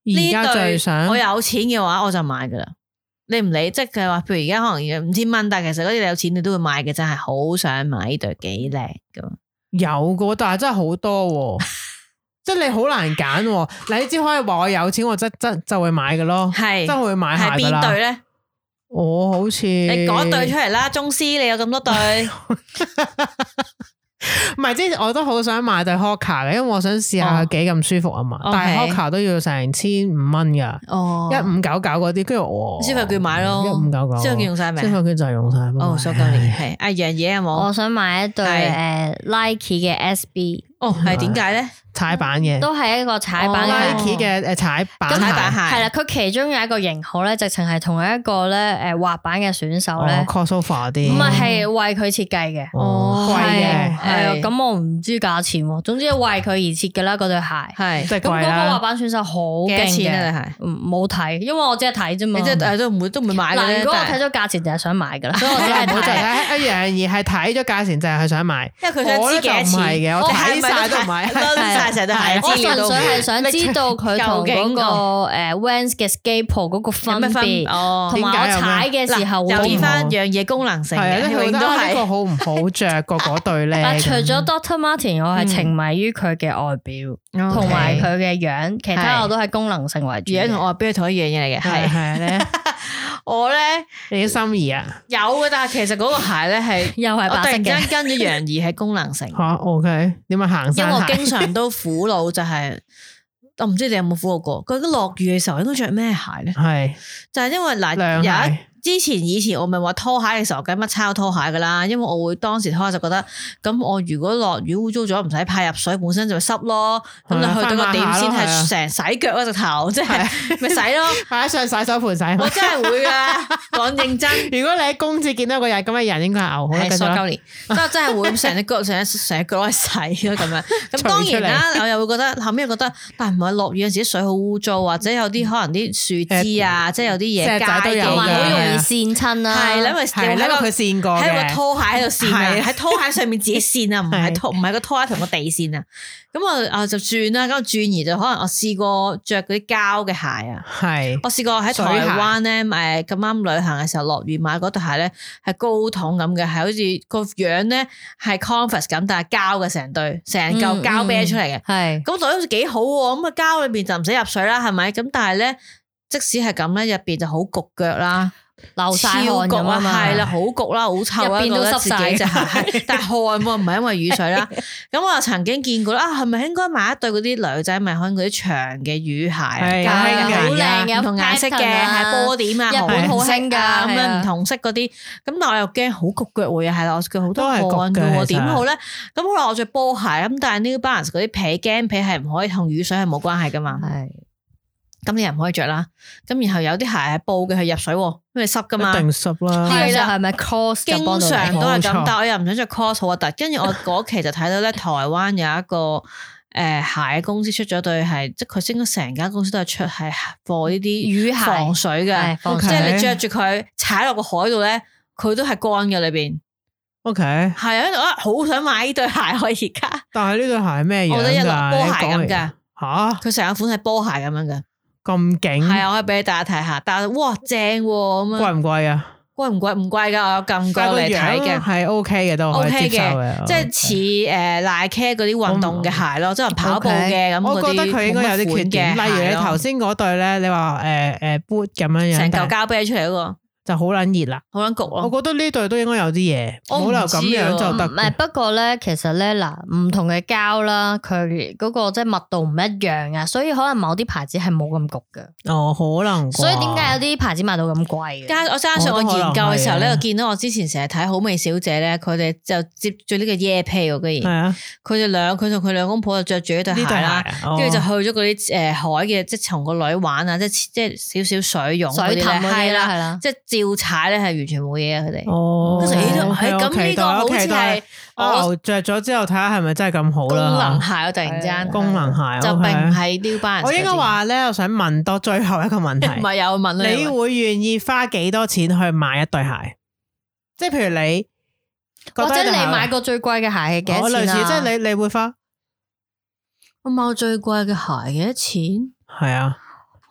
S3: 而家
S4: 呢對
S3: 最想
S4: 我有錢嘅話，我就買噶啦。你唔理，即係佢話，譬如而家可能五千蚊，但係其實嗰啲你有錢你都會買嘅，真係好想買呢對幾靚咁。
S3: 有噶，但係真係好多 喎，即係你好難揀喎。嗱，你只可以話我有錢，我真真就會買嘅咯，
S4: 係
S3: 真會買
S4: 係
S3: 鞋噶
S4: 邊對
S3: 啦。
S4: 咧？
S3: 我好似
S4: 你講一對出嚟啦，宗師你有咁多對，
S3: 唔係，即係我都好想買對 Hoka 嘅，因為我想試下
S4: 哦
S3: 佢幾咁舒服啊嘛。
S4: OK
S3: 但係 Hoka 都要成千五蚊噶，
S4: 哦
S3: 一五九九嗰啲，跟住我
S4: 消費券買咯
S3: 一五九九，
S4: 消費券用晒未
S3: 消費券就係用晒。
S4: 哦，所以今年係阿楊嘢有
S5: 我
S4: 冇？
S5: 想買一對誒 Nike 嘅 SB，
S4: 哦，係點解咧？
S3: 踩板嘅
S5: 都係一個踩板
S4: 哦
S5: 嘅
S3: Nike 嘅誒踩板
S4: 踩板
S3: 鞋
S4: 鞋
S5: 係啦，佢其中有一個型號咧，直情係同一個咧誒滑板嘅選手
S3: 哦
S5: 咧，
S3: crossover 啲，
S4: 嗯
S5: 唔係係為佢設計嘅。
S3: 哦貴嘅
S5: 係
S4: 係
S5: 誒，咁我唔知價錢喎。總之為佢而設嘅啦，嗰對鞋。
S4: 係
S3: 即係貴
S5: 咁嗰個滑
S3: 啦。
S5: 板選手好
S4: 幾
S5: 勁
S4: 多錢
S5: 嘅，
S4: 啊？
S5: 嗯冇睇，因為我只係睇啫
S4: 你
S5: 嘛。
S4: 係你即呃係都唔會都唔會買嘅
S5: 嗱，
S4: 咧
S5: 如果我
S4: 但
S5: 睇
S4: 係
S5: 咗價錢就係想買噶啦，所以我只係
S3: 唔好就
S5: 睇。
S3: 睇一樣嘢，係睇咗價錢就係佢想買。
S4: 因為佢想
S3: 我咧
S4: 知幾
S3: 就
S4: 多
S3: 唔係
S4: 錢。
S3: 嘅，
S4: 哦
S3: 我睇晒都唔 係。
S4: 攆晒成對
S3: 係
S4: 鞋
S3: 啊
S5: 我
S4: 資
S5: 純
S4: 料都冇，
S5: 粹係想知道佢同嗰
S4: 究竟
S5: 個
S4: 個
S5: 誒 Vans 嘅 Skateboard 嗰個
S4: 有咩
S5: 分
S4: 分別
S5: 別，
S4: 哦
S5: 同埋我踩嘅時候會
S4: 留
S5: 唔
S4: 意
S5: 同。
S4: 翻樣嘢功能性
S3: 係啊，
S4: 嘅，
S3: 即係佢
S4: 永
S3: 覺得
S4: 遠都
S3: 啊呢個
S4: 係。
S3: 好唔好着過嗰對 咧？
S5: 但除
S3: 咁
S4: 嗯
S5: 咗 Doctor Martin，我係情迷於佢嘅外表同埋佢嘅樣，其他
S4: 係
S5: 我都係功能性為主嘅。
S4: 樣同我邊同一樣嘢嚟嘅，
S3: 係
S4: 係
S3: 係咧，
S4: 我咧
S3: 你啲心儀啊
S4: 有嘅，但係其實嗰個鞋咧係
S5: 又係
S4: 我突
S5: 白色
S4: 然
S5: 嘅
S4: 間。跟咗楊怡係功能性，
S3: 吓，OK，點解行
S4: 因為我
S3: 山鞋
S4: 經常都苦惱就係我唔知你有冇苦惱過，佢落雨嘅時候應該着咩鞋咧？
S3: 係
S4: 就係因為嗱
S3: 涼
S4: 有一
S3: 鞋
S4: 之前以前我咪話拖鞋嘅時候，梗乜抄拖鞋噶啦，因為我會當時拖鞋就覺得，咁我如果落雨污糟咗，唔使派入水，本身就濕咯。咁
S3: 係啊
S4: 你去到個點
S3: 翻下下
S4: 先
S3: 咯啊
S4: 係成洗腳嗰隻頭，即係咪洗 咯？
S3: 擺上洗手盆洗埋
S4: 我真係會噶，講認真。
S3: 如果你喺公廁見到一個人咁嘅人，應該係牛好啦，繼
S4: 係
S3: 續
S4: 塑
S3: 啦
S4: 膠年，不過真係會成隻腳成成隻腳攞嚟洗咯 咁樣。咁當然啦，我又會覺得後尾又覺得，但唔係落雨嗰陣時啲水好污糟，或者有啲可能啲樹 枝啊，即係有啲嘢
S3: 石仔都
S4: 街
S3: 有
S4: 啊嘅
S5: 同
S3: 嘅
S5: 埋好
S4: 嘢，
S5: 容易跣親啦。
S4: 係啦，因為
S3: 係
S4: 你
S3: 啦，因
S4: 會喺個
S3: 為佢跣過
S4: 喺
S3: 嘅
S4: 個，拖鞋喺度跣啊，
S3: 係
S4: 喺拖鞋上面自己跣啊，唔係
S3: 係
S4: 拖唔係個拖鞋同個地跣啊。咁我我就轉啦，咁我轉而就可能我試過着嗰啲膠嘅鞋啊。
S3: 係
S4: 我試過喺台灣咧，誒咁啱旅行嘅時候落雨買嗰對鞋咧，係高筒咁嘅，係好似個樣咧係 Converse 咁，但係膠嘅成對，成嚿膠啤出嚟嘅。
S5: 係
S4: 咁袋好似幾好喎，咁啊膠裏邊就唔使入水啦，係咪？咁但係咧，即使係咁咧，入邊就好焗腳啦，
S5: 流晒汗
S4: 超
S5: 咁
S4: 焗
S5: 啊嘛，
S4: 係啦，好焗啦，好臭啦，啊
S5: 入邊都
S4: 覺得
S5: 濕晒
S4: 自己就 係但係汗喎，唔係因為雨水啦。咁我又曾經見過啦，啊係咪應該買一對嗰啲女仔咪可能嗰啲長嘅雨鞋啊？
S3: 係
S5: 好
S3: 有興
S5: 靚
S3: 嘅
S5: 嘅，有
S4: 唔同顏色
S5: pattern
S4: 嘅，
S5: 啊
S4: 係波點啊，
S5: 日本好
S4: 紅色
S5: 興㗎
S4: 啊咁
S5: 係啊
S4: 樣唔同色嗰啲。咁但我又驚好焗腳喎，又係啦，我腳好多
S3: 都係
S4: 汗
S3: 焗腳
S4: 㗎喎，
S3: 其實
S4: 點好咧？咁好啦，我着波鞋咁，但係 New Balance 嗰啲皮驚皮係唔可以同雨水係冇關係㗎嘛。
S5: 係
S4: 咁你又唔可以着啦。咁然後有啲鞋係布嘅，係入水喎，因為濕㗎嘛
S3: 一。定濕啦，
S5: 呢
S4: 係
S5: 個就
S4: 啦
S5: 係咪 cross
S4: 經
S5: 就幫
S4: 常
S5: 到你
S4: 都係
S3: 冇
S4: 咁
S3: 錯，
S4: 但我又唔想着 cross 好核突。跟 住我嗰期就睇到咧，台灣有一個誒鞋公司出咗對係，即係佢應該成間公司都係出係貨呢啲
S5: 雨鞋
S4: 防水嘅。
S5: 係防
S4: 即
S5: 水
S3: 係
S4: 係你着住佢踩落個海度咧，佢都係乾嘅裏邊。
S3: OK，
S4: 係啊，我好想買呢對鞋，我而家
S3: 但係呢對鞋係咩樣㗎？啊
S4: 我覺得一個波鞋咁
S3: 你講嚟
S4: 㗎，
S3: 吓
S4: 佢成款係波鞋咁樣嘅。
S3: 咁勁，
S4: 係啊，我可以俾大家睇下。但係哇，正喎咁樣，
S3: 貴唔貴啊？
S4: 貴唔貴？唔貴㗎，我有撳過嚟睇嘅。
S3: 系啊 OK 嘅都可以
S4: OK
S3: 接受哦
S4: 嘅，即係似誒賴 K 嗰啲運動嘅鞋咯，即係跑步嘅咁
S3: 我
S4: 嗰
S3: 覺得
S4: 啲。
S3: 佢應該有啲缺點，例如你頭先嗰對咧，你話誒誒 boot 咁樣樣，
S4: 成嚿
S3: 但係
S4: 膠啤出嚟嗰個，
S3: 就好撚熱啦。
S4: 好撚焗
S3: 我
S4: 咯。
S3: 覺得呢對都應該有啲嘢，
S4: 我
S3: 冇
S4: 唔
S3: 理由咁樣
S4: 知喎啊
S3: 就哦得
S5: 唔係，
S3: 嘅。
S5: 不過咧，其實咧嗱，唔同嘅膠啦，佢嗰個即係密度唔一樣啊，所以可能某啲牌子係冇咁焗嘅，
S3: 哦，可能啩
S5: 所以點解有啲牌子賣到咁貴嘅？
S4: 加我加上我研究嘅時候咧，
S3: 我都可能係啊
S4: 我見到我之前成日睇好味小姐咧，佢哋就接住呢個耶皮喎，居
S3: 係
S4: 然
S3: 啊？
S4: 佢哋兩佢同佢兩公婆就着住呢對
S3: 呢對
S4: 鞋
S3: 鞋
S4: 啦
S3: 啊，，
S4: 跟住就
S3: 哦
S4: 去咗嗰啲誒海嘅，即係同個女玩啊，即係即係少少水泳嗰啲
S5: 水
S4: 咧
S5: 氹嗰
S4: 係
S5: 啲啦，
S4: 啦，
S5: 係啦，
S4: 即係照踩咧係完全冇嘢啊，佢哋。
S3: 哦，
S4: 跟住咦哎都係咁呢個好似
S3: 啊
S4: 係
S3: 我
S4: 我
S3: 牛着咗之後睇下係咪真係咁好
S4: 功
S3: 啦
S4: 能。鞋啊，突然間
S3: 功能鞋
S4: 就並
S3: OK
S4: 唔係 New Balance。
S3: 我應該話咧，我想問多最後一個問題，
S4: 唔係有問
S3: 你
S4: 你
S3: 會願意花幾多錢去買一對鞋？即係譬如你覺
S5: 或
S3: 得
S5: 者
S3: 一對
S5: 你
S3: 鞋
S5: 買過最貴嘅鞋係幾
S3: 我
S5: 多
S3: 哦類
S5: 錢
S3: 似，
S5: 啊？
S3: 即係你你會花
S4: 我買最貴嘅鞋幾多錢？
S3: 係啊，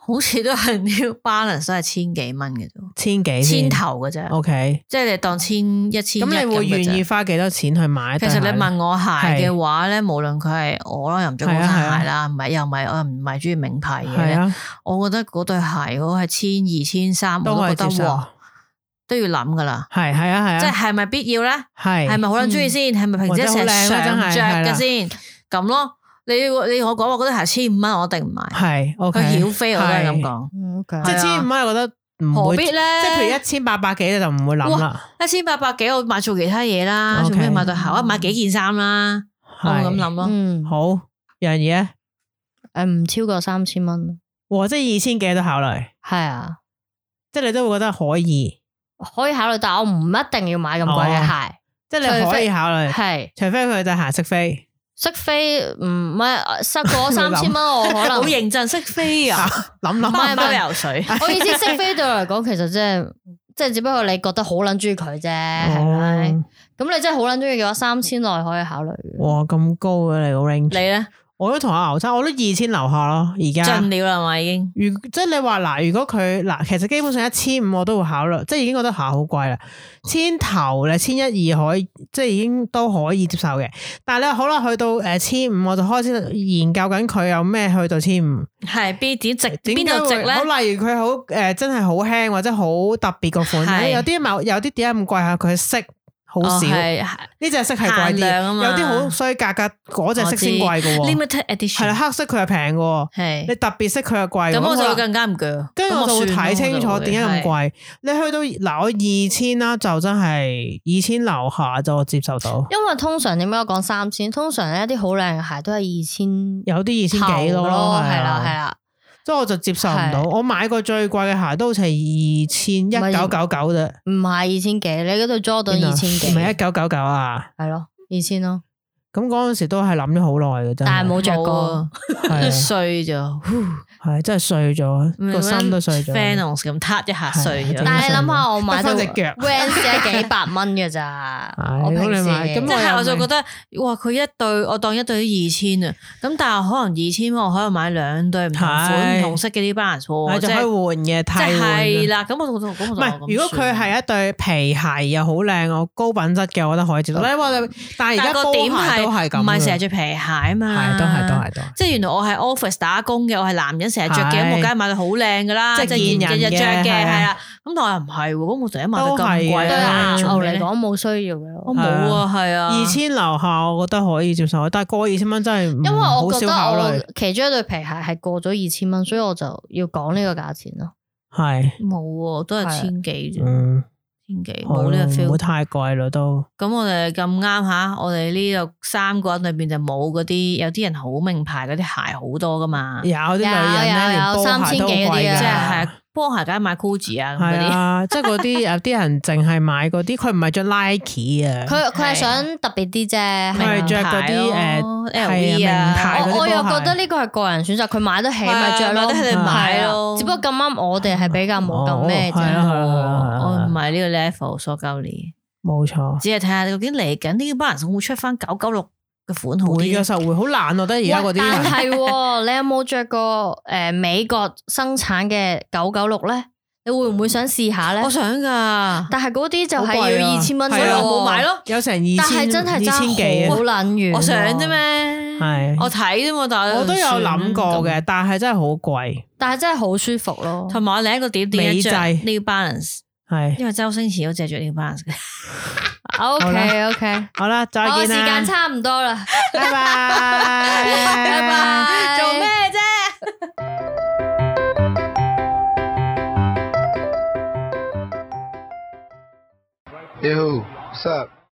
S4: 好似都係 New Balance 都係千幾蚊嘅啫，
S3: 千幾
S4: 千
S3: 先
S4: 頭嘅啫，
S3: O K，
S4: 即係你當千一千一
S3: 咁你會
S4: 嘅啫
S3: 願意花幾多錢去買一
S4: 其
S3: 對鞋
S4: 實
S3: 咧？
S4: 你問我鞋嘅話咧，無論佢係我啦，又唔中意高
S3: 係啊
S4: 踭
S3: 係啊
S4: 鞋啦，唔係又唔係我又唔係中意名牌嘢
S3: 係
S4: 咧，
S3: 啊，
S4: 我覺得嗰對鞋如果係千二千三，
S3: 都
S4: 我
S3: 可
S4: 都
S3: 以
S4: 覺
S3: 接受
S4: 得。哇都要諗噶啦，
S3: 係係啊係啊，
S4: 即係係咪必要咧？
S3: 係
S4: 係咪好撚中意
S3: 嗯
S4: 先？係咪平時成日常着嘅先？咁咯，你你我講話嗰對鞋千五蚊，我一定唔買。
S3: 係 O
S4: 佢
S3: K，
S4: 曉飛我都係咁講，
S5: 嗯，OK
S3: 即
S4: 係啊
S3: 係千五蚊，我覺得唔
S4: 何
S3: 會，
S4: 必
S3: 即
S4: 咧？
S3: 係譬如一千八百幾你就唔會諗啦，
S4: 一千八百幾，我買做其他嘢啦，做咩
S3: OK 嗯
S4: 買對鞋？我買幾件衫啦，我會
S3: 係
S4: 咁諗咯。
S5: 嗯，
S3: 好樣嘢呢，
S5: 誒唔超過三千蚊，
S3: 哇，即係二千幾都考慮，
S5: 係啊，
S3: 即係你都會覺得可以，
S5: 可以考慮，但我唔一定要買咁貴嘅鞋，
S3: 即哦係你
S5: 除
S3: 可以
S5: 非
S3: 考慮，
S5: 係
S3: 除非佢就行識飛。
S5: 識飛唔係呃塞過三 千
S3: 諗
S5: 蚊，我可
S4: 好
S5: 能。
S4: 認真識飛啊，
S3: 諗諗
S4: 包
S5: 係
S4: 唔包游水？
S5: 我意思識飛對我嚟講，其實即係即係只不過你覺得好撚中意佢啫，係咪？
S3: 哦
S5: 咁你真係好撚中意嘅話，三千內可以考慮嘅。
S3: 哇，咁高嘅你個
S4: 你
S3: range，
S4: 咧
S3: 我都同阿牛生，我都二千樓下咯，而家。
S4: 盡了啦嘛，已經
S3: 如即係你話嗱，如果佢嗱，其實基本上一千五我都會考慮，即係已經覺得下好貴啦。千頭咧，千一二可以，即係已經都可以接受嘅。但係咧，好啦，去到誒千五，我就開始研究緊佢有咩去到千五，
S4: 係 B 點值
S3: 點
S4: 邊度值
S3: 解會好？
S4: 咧？
S3: 例如佢好誒，真係好輕或者好特別個款，
S4: 係哦
S3: 有啲某有啲點解咁貴啊？佢色好少。呢
S5: 係
S3: 隻色係貴啲
S5: 限量啊
S3: 嘅，
S5: 嘛
S3: 有啲好衰格格嗰隻色先貴嘅喎。
S5: limited
S3: 係啊啦，
S5: edition
S3: 黑色佢係平嘅喎，
S5: 係
S3: 你特別色佢係貴喎。
S4: 咁我
S3: 好
S4: 就
S3: 啦
S4: 會更加唔鋸。
S3: 跟住我就會睇清楚點解咁
S4: 貴。
S3: 貴。你去到嗱，我二千啦，就真係二千樓下就接受到，
S5: 因為通常點解我講三千？通常咧啲好靚嘅鞋都係二千
S3: 有啲二千幾咯，
S5: 係啦係
S3: 啊，
S5: 啦，
S3: 即係我就接受唔到。
S5: 係
S3: 我買過最貴嘅鞋都好似係二千一九九九啫，啊
S5: 唔係二千幾，你嗰度 Jordan 二千幾，
S3: 唔係一九九九啊。
S5: 係咯二千咯，
S3: 咁嗰陣時都係諗咗好耐嘅，真係
S5: 但係冇着
S4: 冇
S5: 過
S4: 啊。 碎咗，
S3: 係真係碎咗，個心都碎咗。
S4: Fanos 咁挞一下碎
S3: 係
S4: 咗，
S5: 但係你諗下，我買到
S3: 啊得返隻腳
S5: Vans 只幾百蚊嘅咋
S3: 唉，
S5: 我平
S3: 咁
S5: 時
S3: 你買咁
S4: 即
S3: 我又
S4: 係我就
S3: 明
S4: 覺得，哇！佢一對我當一對二千啊，咁但係可能二千我可以買兩對唔同款、
S3: 係
S4: 唔同色嘅啲 balance
S3: 係
S4: 哦喎，即
S3: 啊就可以換
S4: 係
S3: 嘅，替
S4: 即
S3: 換嘅
S4: 係啦。咁我就咁
S3: 唔
S4: 我就
S3: 係，如果佢係一對皮鞋又好靚，我高品質嘅，我覺得可以接受。你話你但係而
S4: 但
S3: 家
S4: 個
S3: 波
S4: 點
S3: 鞋都係咁嘅，
S4: 唔係成日着皮鞋啊嘛？
S3: 係都係都係都係。
S4: 即係原來我係 office 打工嘅，我係男人成日着嘅，咁我
S3: 係
S4: 梗係買到好靚噶啦，
S3: 即
S4: 即
S3: 係
S4: 係
S3: 見
S4: 日日
S3: 人嘅
S4: 着
S3: 係
S4: 嘅
S3: 啊
S4: 係啦。咁但我又唔係喎，咁我成日買到
S3: 都
S4: 咁
S3: 係嘅
S4: 貴
S5: 對
S4: 啊，
S5: 硬牛
S4: 做咩
S5: 嚟
S4: 咧
S5: 講冇需要嘅
S4: 我
S5: 咯，
S4: 冇啊，係啊，
S3: 二千樓下，我覺得可以接受，但係過二千蚊真係唔
S5: 因為我
S3: 嗯好
S5: 覺
S3: 少
S5: 得
S3: 考慮
S5: 我。其中一對皮鞋係過咗二千蚊，所以我就要講呢個價錢咯。
S3: 係，啊
S4: 冇喎，都係千幾啫，
S3: 嗯，
S4: 千幾
S3: 好
S4: 冇呢個
S3: 啦
S4: feel
S3: 唔好。太貴啦都。
S4: 咁我哋咁啱吓，我哋呢度三個人裏边就冇嗰啲，有啲人好名牌嗰啲鞋好多噶嘛，
S3: 有啲女人
S5: 有有
S3: 咧，連
S5: 有
S3: 波
S5: 三
S3: 鞋
S5: 千
S3: 都好
S5: 幾嗰
S3: 貴嘅，
S5: 啲啊
S4: 即
S5: 即
S4: 係系波鞋梗係買 Gucci 啊咁
S3: 係
S4: 嗰啲，
S3: 啊，即係嗰啲 有啲人淨係買嗰啲，佢唔係着 Nike 啊，
S5: 佢佢係
S4: 係
S5: 想特別啲
S3: 佢
S5: 啫，
S3: 係
S5: 係哦
S3: 着嗰啲
S4: 名牌
S3: 誒
S4: 咯
S3: 係
S4: LV 啊
S3: 名牌嗰啲
S5: 我我又
S3: 波
S5: 覺
S3: 鞋
S5: 得呢個係個人選擇，佢買得起咪着咯，
S4: 係啊買得起
S3: 你
S4: 買咯
S5: 係啊只不過咁啱我哋係比較冇咁咩
S3: 哦係
S5: 啫
S3: 啊。係
S4: 我唔係呢個 level 所鳩年，
S3: 冇錯，
S4: 只係睇下究竟嚟緊呢班人會唔會出翻九九六嘅款好
S3: 會嘅
S4: 啲。
S3: 實會好難，我覺得而家嗰
S5: 喂
S3: 啲
S5: 但
S3: 人。
S5: 係喎，你有冇着過誒美國生產嘅九九六咧？你會唔會想試下咧
S4: 我？想㗎，
S5: 但係嗰啲就係
S3: 好貴
S5: 要
S3: 啊
S5: 二千蚊
S3: 係啊
S5: 啫
S4: 所以
S5: 喎，
S4: 我冇買咯。
S3: 有成二千
S5: 但係真係
S3: 二千幾
S5: 爭
S3: 啊
S5: 好！撚遠喎。
S4: 我想啫咩？
S3: 係
S4: 我睇啫嘛，但係
S3: 我都有諗過
S4: 算啦。
S3: 嘅，但係真係好貴，
S5: 但係真係好舒服咯
S4: 咁。同埋我另一個點點一着
S3: 美製
S4: New Balance，
S3: 係
S4: 因為周星馳都借着 New Balance 嘅。
S5: O
S3: 好
S5: K
S3: 啦
S5: O K，
S3: 好啦，再
S5: 哦好時
S3: 見啦，
S5: 間差唔多啦，
S3: 拜拜，拜
S5: 拜拜。
S4: 做咩啫？
S1: Yo, what's up?